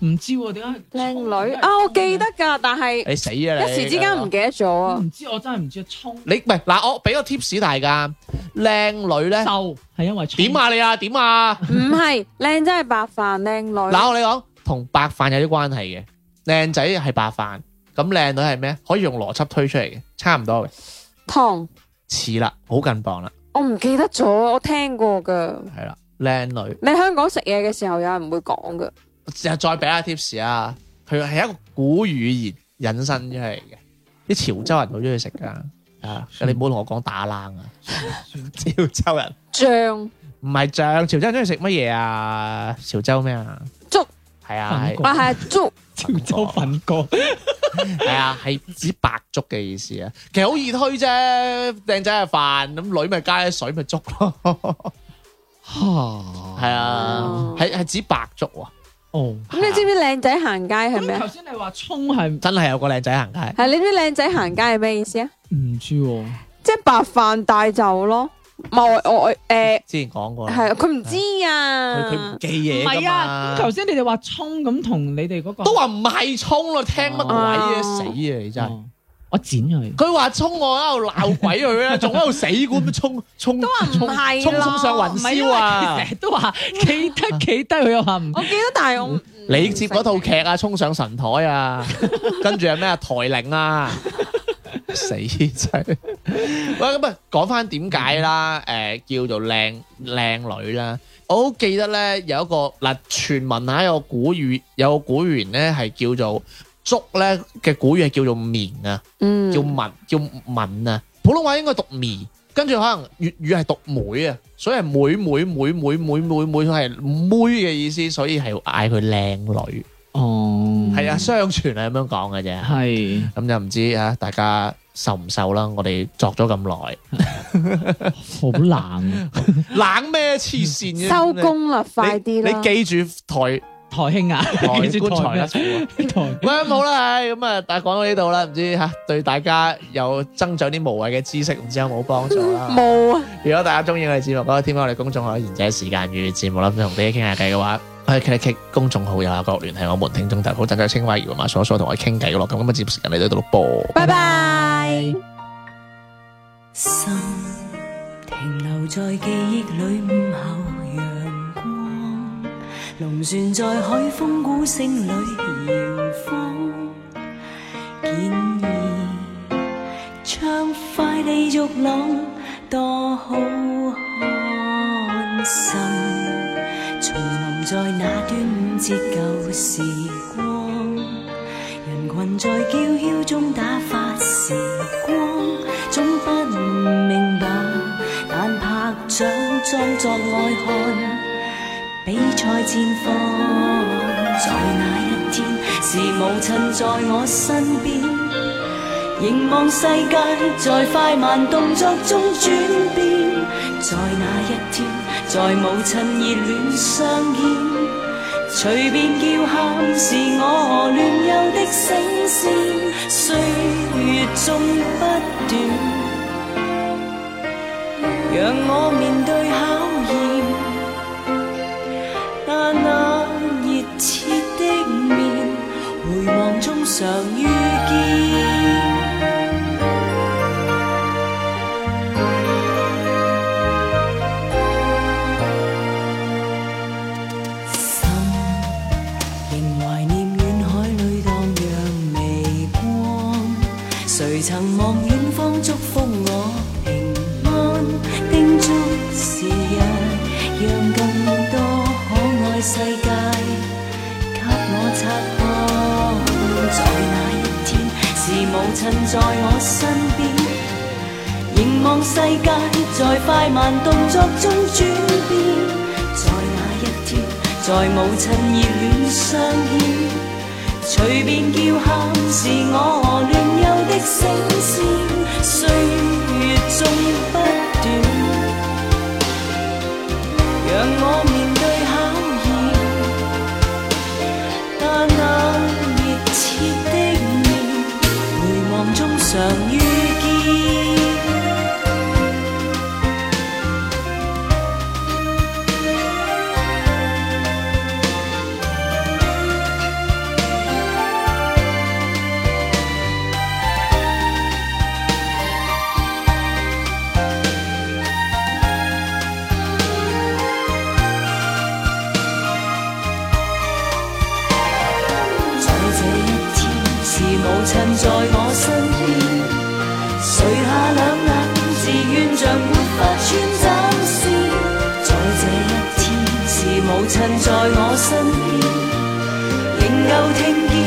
C: 唔知喎，點解
B: 靚女啊，我記得㗎，但係
A: 你死啊你！
B: 一時之間唔記得咗
C: 我 <laughs>
B: 啊。
C: 唔知，我真係唔知衝
A: 你唔係嗱，我俾個 tips 大家，靚女咧
C: 瘦係因為衝
A: 點？啊你啊點啊！
B: 唔係靚真係白飯靚女，
A: 嗱我同你講，同白飯有啲關係嘅。靚仔係白飯，咁靚女係咩？可以用邏輯推出嚟嘅，差唔多嘅，
B: 糖
A: 似啦，好近磅啦，
B: 我唔記得咗，我聽過㗎。
A: 係啦，靚女。
B: 你喺香港食嘢嘅時候，有人會講㗎。
A: 又再俾下 tips 啊！佢係一個古語言引申出嚟嘅，啲潮州人好中意食噶，啊！你唔好同我講打冷啊！ <laughs> 潮州人
B: 醬
A: 唔係醬，潮州人中意食乜嘢啊？潮州咩啊？
B: 粥
A: 係啊，係
C: 粉
B: 啊係粥
C: 潮州粉
A: <laughs>
C: 哥，
A: 係啊，係指白粥嘅意思啊。其實好易推啫，靚仔係飯，咁女咪加啲水咪粥咯。
C: 係
A: 係啊
B: 哦，
A: 係係指白粥啊！
C: 哦。
B: 咁你知唔知靚仔行街係咩
C: 咁頭
B: 啊？
C: 先你話葱係
A: 真係有個靚仔行街，
B: 係你知唔知靚仔行街係咩意思啊？
C: 唔知喎，
B: 即係白飯大酒咯。唔係我我誒
A: 之前講過啦，
B: 係啊佢唔知
A: 佢佢
B: 啊
A: 唔。記嘢
C: 唔係
A: 㗎
C: 啊！
A: 嘛。
C: 頭先你哋話葱咁同你哋嗰個
A: 都話唔係葱咯，聽乜鬼啊
B: 哦
A: 死啊你真係！
C: 哦我剪咗佢。
A: 佢話葱我喺度鬧鬼佢啦，仲喺度死估咁葱葱
B: 都話唔
A: 葱
B: 係
A: 葱
B: 咯
A: 葱上雲
C: 唔係因
A: 霄
C: 為
A: 啊
C: 佢！成日都話企得企得，佢又話唔
B: 我記得，但係我唔
A: 嗯你接嗰套劇啊，《衝上神台》啊，跟住係咩啊？台鈴啊，死仔！喂，咁啊，講翻點解啦？誒、叫做靚靚女啦。我好記得咧，有一個嗱傳聞下有個古語，有個古語言咧係叫做竹咧嘅古語係叫做棉啊，
B: 嗯
A: 叫文叫文啊。普通話應該讀棉，跟住可能粵語係讀妹啊，所以係妹妹妹妹妹妹妹係妹嘅意思，所以係嗌佢靚女。
C: 哦
A: 係啊，相傳係咁樣講嘅啫。
C: 係
A: 咁就唔知啊，大家受唔受啦？我哋作咗咁
C: 好冷。
A: 耐，冷咩黐線嘅？
B: 收工啦，快啲啦！
A: 你你記住台
C: 台兄啊， <laughs>
A: 台
C: 記住
A: 棺材
C: 咩
A: 啦，喂
C: 台
A: 咁好啦，唉咁啊，但係講到呢度啦，唔知嚇對大家有增長啲無謂嘅知識，唔知有冇幫助啦？
B: 冇啊，
A: 如果大家中意我哋節目，可以添加我哋公眾號「賢者時間與」節目啦，咁同啲傾下偈嘅話，可以 click click 公眾號右下角聯繫我們聽眾投稿，陣就青蛙搖馬所所同我哋傾偈嘅咯。咁今日節目時間嚟到呢度咯噃。
B: 拜拜。
G: 心停留在記憶裏，午後陽光，龍船在海風鼓聲裏搖晃，建議暢快地逐浪，多好看心。重臨在那端午節舊時光。人群在叫囂中打發時光，總不明白，但拍掌裝作愛看比賽戰況。在那一天，是母親在我身邊，凝望世界在快慢動作中轉變。在那一天，在母親熱戀相見。隨便叫喊是我亂有的聲線，歲月縱不短，讓我面對考驗。那那熱切的面，回望中常遇見。心仍懷念遠海裏蕩漾微光，誰曾望遠方祝福我平安？叮囑是日，讓更多可愛世界給我察看。在那一天，是母親在我身邊。凝望世界在快慢動作中轉變，在那一天，在母親熱戀相牽，隨便叫喊是我亂有的聲線，歲月縱不短，讓我面對考驗，但那熱切的面，回望中常遇見。在這一天，是母親在我身邊，垂下兩眼，自願像沒法穿針線。在這一天，是母親在我身邊，仍舊聽見